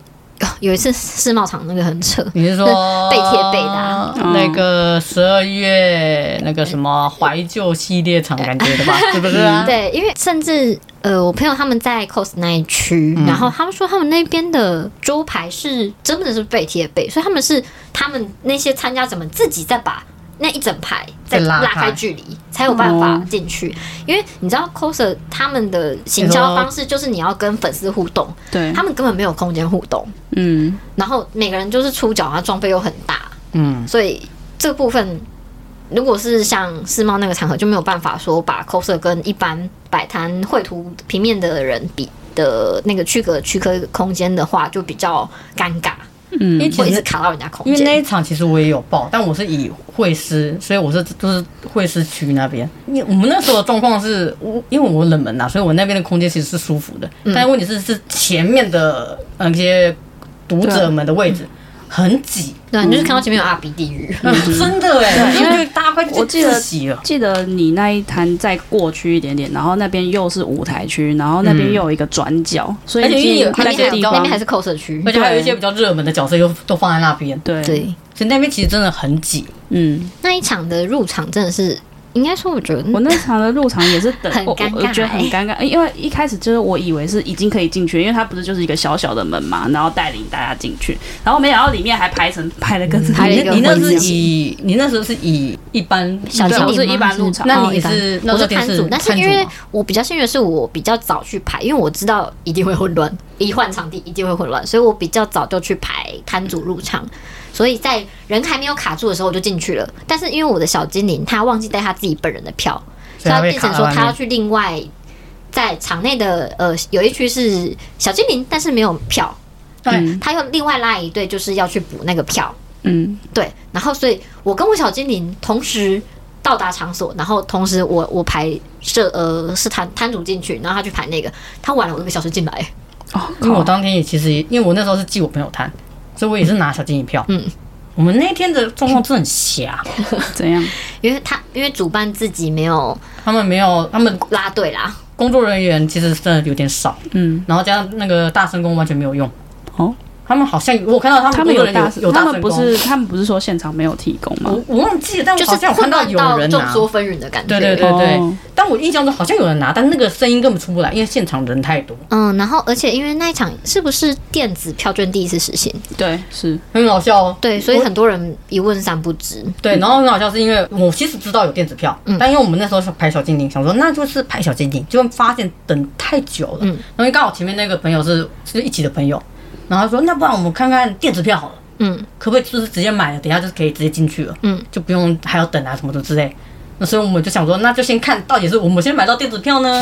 Speaker 3: 呃有一次世贸场那个很扯，
Speaker 2: 你 是说
Speaker 3: 那背贴背的啊
Speaker 2: 那个十二月那个什么怀旧系列场感觉 的吧？是不是啊？
Speaker 3: 对，因为甚至呃，我朋友他们在 cos 那一区，
Speaker 2: 嗯
Speaker 3: 然后他们说他们那边的桌牌是真的是背贴背，所以他们是他们那些参加者们自己再把。那一整排再
Speaker 2: 再拉
Speaker 3: 拉
Speaker 2: 开嗯
Speaker 3: 开距离，才有办法
Speaker 1: 哦
Speaker 3: 进去。因为你知道，coser 他们的行销方式就是你要跟粉丝互动，
Speaker 1: 对
Speaker 3: 他，们根本没有空间互动。
Speaker 1: 嗯
Speaker 3: 然后每个人就是出脚，然后装备又很大，
Speaker 2: 嗯，
Speaker 3: 所以这部分如果是像世贸那个场合，就没有办法说把 coser 跟一般摆摊绘图平面的人比的那个区隔区隔空间的话，就比较尴尬，
Speaker 1: 嗯
Speaker 2: 因为
Speaker 3: 会一
Speaker 2: 其
Speaker 3: 直
Speaker 2: 实
Speaker 3: 卡到人家空
Speaker 2: 因为那
Speaker 3: 间。
Speaker 2: 一场其实我也有报，但我是以会师，所以我是就是会师区那边。因为我们那时候的状况是，我因为我冷门呐、啊所以我那边的空间其实是舒服的。
Speaker 3: 嗯
Speaker 2: 但问题是，是前面的呃那些读者们的位置很挤，
Speaker 3: 对，你就是看到前面有阿鼻地狱，
Speaker 2: 真的哎，因为大家快
Speaker 1: 我记得
Speaker 2: 窒息了。
Speaker 1: 记得你那一摊再过去一点点，然后那边又是舞台区，然后那边又有一个转角，所以
Speaker 2: 而且因为有
Speaker 1: 那
Speaker 3: 那边
Speaker 1: 些
Speaker 3: 还
Speaker 1: 地
Speaker 3: 有那
Speaker 1: 方
Speaker 3: 边还是 coser 区
Speaker 2: 而。且还有一些比较热门的角色又都放在那边，
Speaker 1: 对，
Speaker 3: 对，
Speaker 2: 所以那边其实真的很挤。
Speaker 1: 嗯，
Speaker 3: 那一场的入场真的是，应该说我觉得
Speaker 1: 我那场的入场也是等，
Speaker 3: 嗯很
Speaker 1: 我
Speaker 3: 尴
Speaker 1: 我
Speaker 3: 尬
Speaker 1: 觉得很
Speaker 3: 欸
Speaker 1: 尴尬，呃因为一开始就是我以为是已经可以进去，因为它不是就是一个小小的门嘛，然后带领大家进去，然后没想到里面还排成排的跟
Speaker 3: 排了一
Speaker 2: 你
Speaker 3: 个
Speaker 2: 你那
Speaker 3: 婚
Speaker 2: 是
Speaker 3: 礼
Speaker 2: 以你那时候是以一般
Speaker 3: 小
Speaker 1: 对
Speaker 3: 精
Speaker 1: 我
Speaker 3: 灵
Speaker 1: 是
Speaker 3: 吗
Speaker 1: 一般
Speaker 3: 还
Speaker 1: 入场
Speaker 2: 那
Speaker 3: 哦
Speaker 2: 你
Speaker 3: 一般
Speaker 2: 是那
Speaker 3: 我
Speaker 2: 时候
Speaker 3: 是
Speaker 2: 电
Speaker 3: 摊
Speaker 2: 视
Speaker 3: 主，但是
Speaker 2: 摊主
Speaker 3: 因为
Speaker 2: 吗
Speaker 3: 我比较幸运的是，我比较早去排，因为我知道一定会混乱，一换场地一定会混乱，所以我比较早就去排摊主入场，所以在人还没有卡住的时候我就进去了。但是因为我的小精灵他忘记带他自己本人的票，
Speaker 2: 所
Speaker 3: 所
Speaker 2: 以他被
Speaker 3: 以他变成
Speaker 2: 卡在
Speaker 3: 说
Speaker 2: 外
Speaker 3: 他要
Speaker 2: 面
Speaker 3: 去另外在场内的呃有一区是小精灵，但是没有票，
Speaker 2: 对，
Speaker 3: 他又另外拉一队就是要去补那个票。
Speaker 1: 嗯，
Speaker 3: 对，然后所以我跟我小精灵同时到达场所，然后同时我我排设呃是摊摊主进去，然后他去排那个，他晚了我一个小时进来，
Speaker 1: 哦，
Speaker 3: 嗯
Speaker 2: 因为我
Speaker 1: 靠
Speaker 2: 当天也其实也因为我那时候是寄我朋友摊，所以我也是拿小金鱼票。
Speaker 3: 嗯，
Speaker 2: 我们那天的状况真的很瞎，
Speaker 1: 怎哦样？
Speaker 3: 因为他因为主办自己没有
Speaker 2: 他们没有，他们
Speaker 3: 拉队啦，
Speaker 2: 工作人员其实真的有点少，
Speaker 1: 嗯，
Speaker 2: 然后加上那个大声公完全没有用，
Speaker 1: 哦，
Speaker 2: 他他们好像我看到他们
Speaker 1: 他们
Speaker 2: 哦有
Speaker 1: 有
Speaker 2: 人
Speaker 1: 大
Speaker 2: 有
Speaker 1: 他
Speaker 2: 大哦
Speaker 1: 们不是他们不是说现场没有提供吗？
Speaker 2: 我我忘记了，但我
Speaker 3: 就
Speaker 2: 好
Speaker 3: 是
Speaker 2: 像有看
Speaker 3: 混
Speaker 2: 到
Speaker 3: 乱
Speaker 2: 有
Speaker 3: 到
Speaker 2: 人
Speaker 3: 众
Speaker 2: 拿。
Speaker 3: 说纷纭的感觉。
Speaker 2: 对对对对，
Speaker 1: 哦
Speaker 2: 但我印象中好像有人拿，但那个声音根本出不来，因为现场人太多，
Speaker 3: 嗯，然后而且因为那一场是不是电子票券第一次实行？
Speaker 1: 对，是
Speaker 2: 很搞笑哦。
Speaker 3: 对，所以
Speaker 2: 我
Speaker 3: 很多人一问三不知。
Speaker 2: 对，然后很好笑，是因为我其实知道有电子票，
Speaker 3: 嗯
Speaker 2: 但因为我们那时候是排小精灵，想说那就是排小精灵，就发现等太久了。
Speaker 3: 嗯
Speaker 2: 然后刚好前面那个朋友是是一起的朋友，然后他说那不然我们看看电子票好了，
Speaker 3: 嗯，
Speaker 2: 可不可以就是直接买了，等一下就是可以直接进去了，
Speaker 3: 嗯，
Speaker 2: 就不用还要等啊什么的之类。那所以我们就想说，那就先看到底是我们先买到电子票 呢，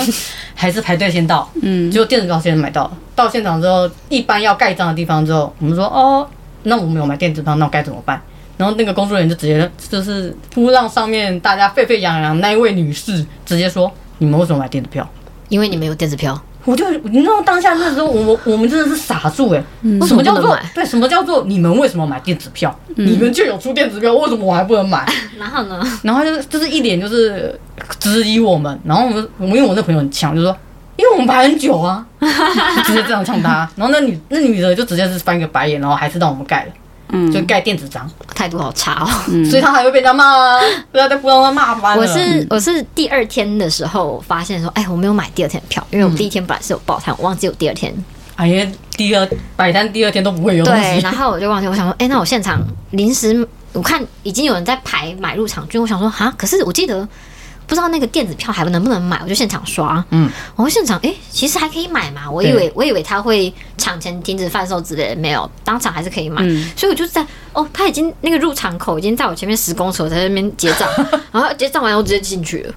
Speaker 2: 还是排队先到？
Speaker 1: 嗯
Speaker 2: 结果电子票先买到了，到现场之后，一般要盖章的地方之后，我们说哦，那我们有买电子票，那我该怎么办？然后那个工作人员就直接就是扑浪上面大家沸沸扬扬那一位女士直接说：“你们为什么买电子票
Speaker 3: 因为你没有电子票，？”
Speaker 2: 我就你知道当下那时候我我我们真的是傻住哎、
Speaker 3: 嗯为
Speaker 2: 什
Speaker 3: 什
Speaker 2: 么
Speaker 3: 么不
Speaker 2: 叫
Speaker 3: 能
Speaker 2: 做
Speaker 3: 买？嗯
Speaker 2: 对？什么叫做你们为什么买电子票？你们就有出电子票，为什么我还不能买？
Speaker 3: 然后呢？
Speaker 2: 然后就是就是一脸就是质疑我们，然后我们我们因为我那朋友很强，就说因为我们排很久啊， 直接这样呛他。然后那女那女的就直接是翻个白眼，然后还是让我们盖了，
Speaker 1: 嗯
Speaker 2: 就盖电子章，
Speaker 3: 态度好差哦。
Speaker 2: 所以他还会被他骂啊，不要再不让他骂翻了。
Speaker 3: 我是我是第二天的时候发现说，哎，我没有买第二天的票，因为我第一天本来是有报摊，我忘记有第二天。
Speaker 2: 哎呀，第二摆摊第二天都不会有东
Speaker 3: 对，
Speaker 2: 西
Speaker 3: 然，后我就忘记，我想说，哎，那我现场临时我看已经有人在排买入场券，我想说，哈，可是我记得。不知道那个电子票还能不能买，我就现场刷。
Speaker 2: 嗯，
Speaker 3: 我现场哎、其实还可以买嘛。我以
Speaker 2: 对
Speaker 3: 为我以为他会场前停止贩售之类的，没有，当场还是可以买。
Speaker 1: 嗯
Speaker 3: 所以我就在哦，他已经那个入场口已经在我前面十公尺，我在那边结账，然后结账完我直接进去了。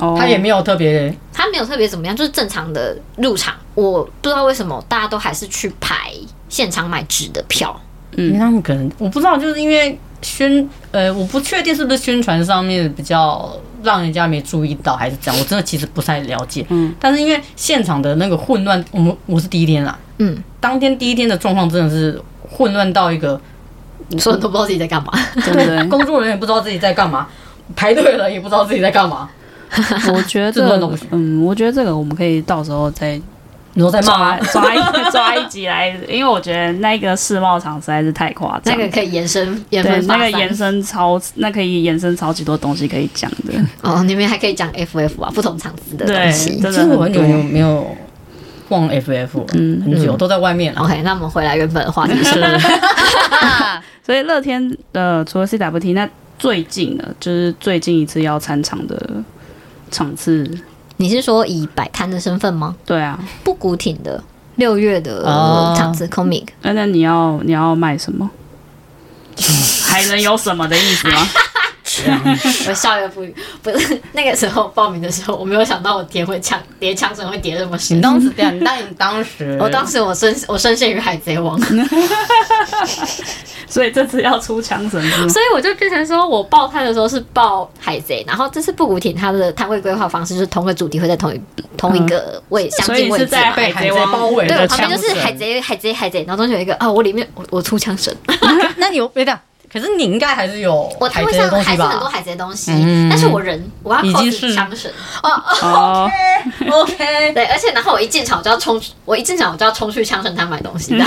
Speaker 1: 哦，
Speaker 2: 他也没有特别
Speaker 3: 他没有特别怎么样，就是正常的入场。我不知道为什么大家都还是去排现场买纸的票。
Speaker 2: 因为他们可能我不知道，就是因为宣呃，我不确定是不是宣传上面比较让人家没注意到，还是怎样，我真的其实不太了解。
Speaker 1: 嗯，
Speaker 2: 但是因为现场的那个混乱，我们我是第一天啦，
Speaker 3: 嗯，
Speaker 2: 当天第一天的状况真的是混乱到一个，
Speaker 3: 所有人都不知道自己在干嘛。
Speaker 1: 对
Speaker 3: 嗯
Speaker 1: 对
Speaker 2: 工作人员不知道自己在干嘛，排队了也不知道自己在干嘛，
Speaker 1: 对，我觉
Speaker 2: 这个
Speaker 1: 得
Speaker 2: 东西
Speaker 1: 嗯，我觉得这个我们可以到时候再
Speaker 2: 你说在骂
Speaker 1: 抓
Speaker 3: 啊
Speaker 2: 吗？
Speaker 1: 抓一 抓一集来，因为我觉得那个世贸场实在是太夸
Speaker 3: 那
Speaker 1: 张。
Speaker 3: 个可以延伸延
Speaker 1: 对
Speaker 3: 伸，
Speaker 1: 那
Speaker 3: 发
Speaker 1: 个
Speaker 3: 散
Speaker 1: 延伸超，那可以延伸超级多东西可以讲的。
Speaker 3: 哦，你们还可以讲 FF 啊，不同场次的东
Speaker 1: 对，
Speaker 3: 西。
Speaker 1: 真
Speaker 2: 其实
Speaker 1: 的
Speaker 2: 我
Speaker 1: 很
Speaker 2: 很久
Speaker 1: 多。
Speaker 2: 没有没有逛 FF 了，
Speaker 3: 嗯
Speaker 2: 很久都在外面了。
Speaker 3: OK，那我们回来原本的话题是， 啊
Speaker 1: 所以乐天呃，除了 CWT，那最近呢，就是最近一次要参场的场次，
Speaker 3: 你是说以摆摊的身份吗？
Speaker 1: 对啊。
Speaker 3: 不古挺的六月 的
Speaker 2: 哦
Speaker 3: 场次 Comic，
Speaker 1: 那那你要你要卖什么？ 还能有什么的意思吗？
Speaker 3: 我笑而不语。不是那个时候报名的时候，我没有想到我叠会呛叠枪声会叠这么深
Speaker 2: 你。当时这样，但你当时
Speaker 3: 嗯我当时我深我深陷于海贼王，
Speaker 1: 所以这次要出枪神 是 吗？
Speaker 3: 所以我就变成说我报摊的时候是报海贼，然后这次布谷町它的摊位规划方式就是同个主题会在同一同一个位、相
Speaker 1: 所
Speaker 3: 近
Speaker 1: 以
Speaker 3: 位
Speaker 1: 是
Speaker 3: 置
Speaker 1: 在
Speaker 3: 嘛。
Speaker 1: 海贼
Speaker 2: 被海贼包
Speaker 1: 王
Speaker 2: 围
Speaker 3: 对，
Speaker 2: 的
Speaker 3: 我
Speaker 1: 的
Speaker 3: 旁
Speaker 1: 枪
Speaker 3: 边就是海
Speaker 1: 神，
Speaker 3: 贼，海贼，海贼，然后中间有一个啊，我里面我我出枪神，
Speaker 2: 那你有别的？可是你应该还是有
Speaker 3: 我摊
Speaker 2: 海
Speaker 3: 位
Speaker 2: 贼的
Speaker 3: 上
Speaker 2: 东
Speaker 3: 还
Speaker 2: 西
Speaker 3: 是很多
Speaker 2: 吧？
Speaker 3: 海贼的东西，
Speaker 2: 嗯
Speaker 3: 但是我人我要
Speaker 2: 已
Speaker 3: 靠
Speaker 2: 经
Speaker 3: 是
Speaker 2: 是
Speaker 3: 枪神，
Speaker 1: 哦，
Speaker 2: OK，
Speaker 3: 对，而且然后我一进场我就要冲去，我一进场我就要冲去枪神摊买东西的，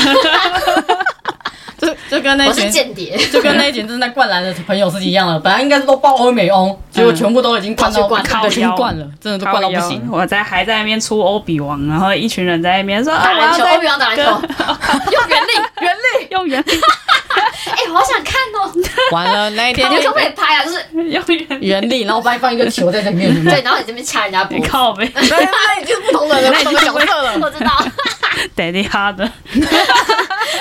Speaker 2: 就就跟那
Speaker 3: 我
Speaker 2: 一
Speaker 3: 是
Speaker 2: 群
Speaker 3: 间谍，
Speaker 2: 就跟那一群正在灌篮的朋友是一样的，本来应该是都爆欧美欧，结果全部都已经灌到
Speaker 3: 都去灌
Speaker 2: 对
Speaker 1: 靠
Speaker 2: 已经
Speaker 1: 腰
Speaker 2: 灌了，真的都灌到不行。
Speaker 1: 我在还在那边出欧比王，然后一群人在那边说啊，
Speaker 3: 打
Speaker 1: 我
Speaker 3: 篮
Speaker 1: 要
Speaker 3: 球，
Speaker 1: 在
Speaker 3: 欧比王打篮球，用原力，原力，
Speaker 1: 用原力，
Speaker 3: 哎，我好想看哦，
Speaker 2: 完了那一天
Speaker 3: 你可不可以拍啊？就是
Speaker 1: 用原 力，
Speaker 2: 原力，然后我放一个球在前 面，
Speaker 3: 对，然后你这边掐人家脖子，
Speaker 1: 靠 呗，
Speaker 2: 那那已经是不同的人，不同的角色了。
Speaker 3: 我知道，
Speaker 1: 得力哈的，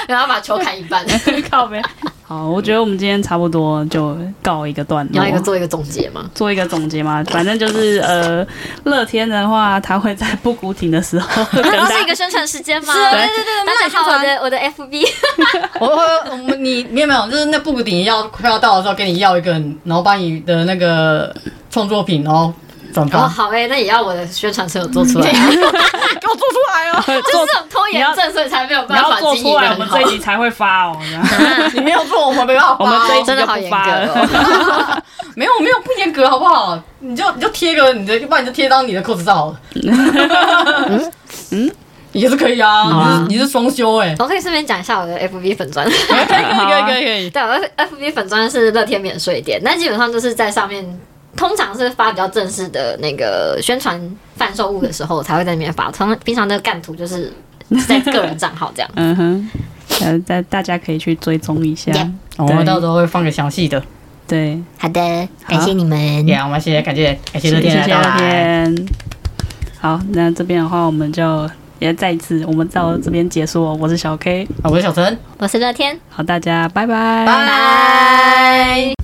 Speaker 3: 然后把球砍一半，
Speaker 1: 靠呗。好，我觉得我们今天差不多就告一个段
Speaker 3: 你要一个
Speaker 1: 落。
Speaker 3: 做一个总结吗？
Speaker 1: 做一个总结嘛，反正就是呃，乐天的话，他会在不谷町的时候跟
Speaker 3: 它
Speaker 1: 大
Speaker 3: 哦 是 一
Speaker 1: 家
Speaker 3: 个宣传时间吗？
Speaker 1: 对
Speaker 3: 对对，大家好，啊我的我的 FB，
Speaker 2: 我我我们你你有没有就是那布谷顶要快要到的时候，跟你要一个人，然后把你的那个创作品，然后转
Speaker 3: 哦
Speaker 2: 发，
Speaker 3: 好哎，那也要我的宣传车有 做出来，
Speaker 2: 给我做出来哦！
Speaker 3: 就是这种拖延症，所以才没有
Speaker 1: 你
Speaker 3: 办
Speaker 1: 要
Speaker 3: 法
Speaker 1: 做
Speaker 3: 经营
Speaker 1: 出
Speaker 3: 的
Speaker 1: 来，我
Speaker 3: 很
Speaker 1: 们
Speaker 3: 好
Speaker 1: 这一。集才会发哦。 这样
Speaker 2: 你没有做，我们没办法发
Speaker 1: 我
Speaker 2: 哦。
Speaker 1: 们这一集
Speaker 3: 真的
Speaker 1: 就
Speaker 3: 好
Speaker 1: 不
Speaker 3: 严
Speaker 1: 发
Speaker 3: 格
Speaker 1: 了。。
Speaker 3: 哦，
Speaker 2: 没有没有不严格好不好？嗯你就你就贴个你的，不然你就贴张你的扣子照好了。也是可以啊。
Speaker 3: 好啊
Speaker 2: 你是你是双休哎、
Speaker 3: 我可以顺便讲一下我的 FB 粉 砖。
Speaker 2: 可以可以可以可以。
Speaker 3: 对，我的 FB 粉砖是乐天免税店，那基本上就是在上面，通常是发比较正式的那个宣传贩售物的时候才会在那边发，通平常的干图就是在个人账号这样
Speaker 1: 嗯哼，呃，大大家可以去追踪一下。
Speaker 3: Yeah
Speaker 2: 啊我们到时候会放个详细的。
Speaker 1: 对，
Speaker 3: 好的，感谢你们。
Speaker 2: 对啊，我们谢谢，感谢感谢乐
Speaker 1: 谢
Speaker 2: 天
Speaker 1: 谢
Speaker 2: 的到
Speaker 1: 乐
Speaker 2: 来。
Speaker 1: 天。好，那这边的话，我们就也再一次，我们到这边结束哦。我是小 K，
Speaker 2: 啊我是小陈，
Speaker 3: 我是乐天，
Speaker 1: 好，大家拜拜，
Speaker 2: 拜。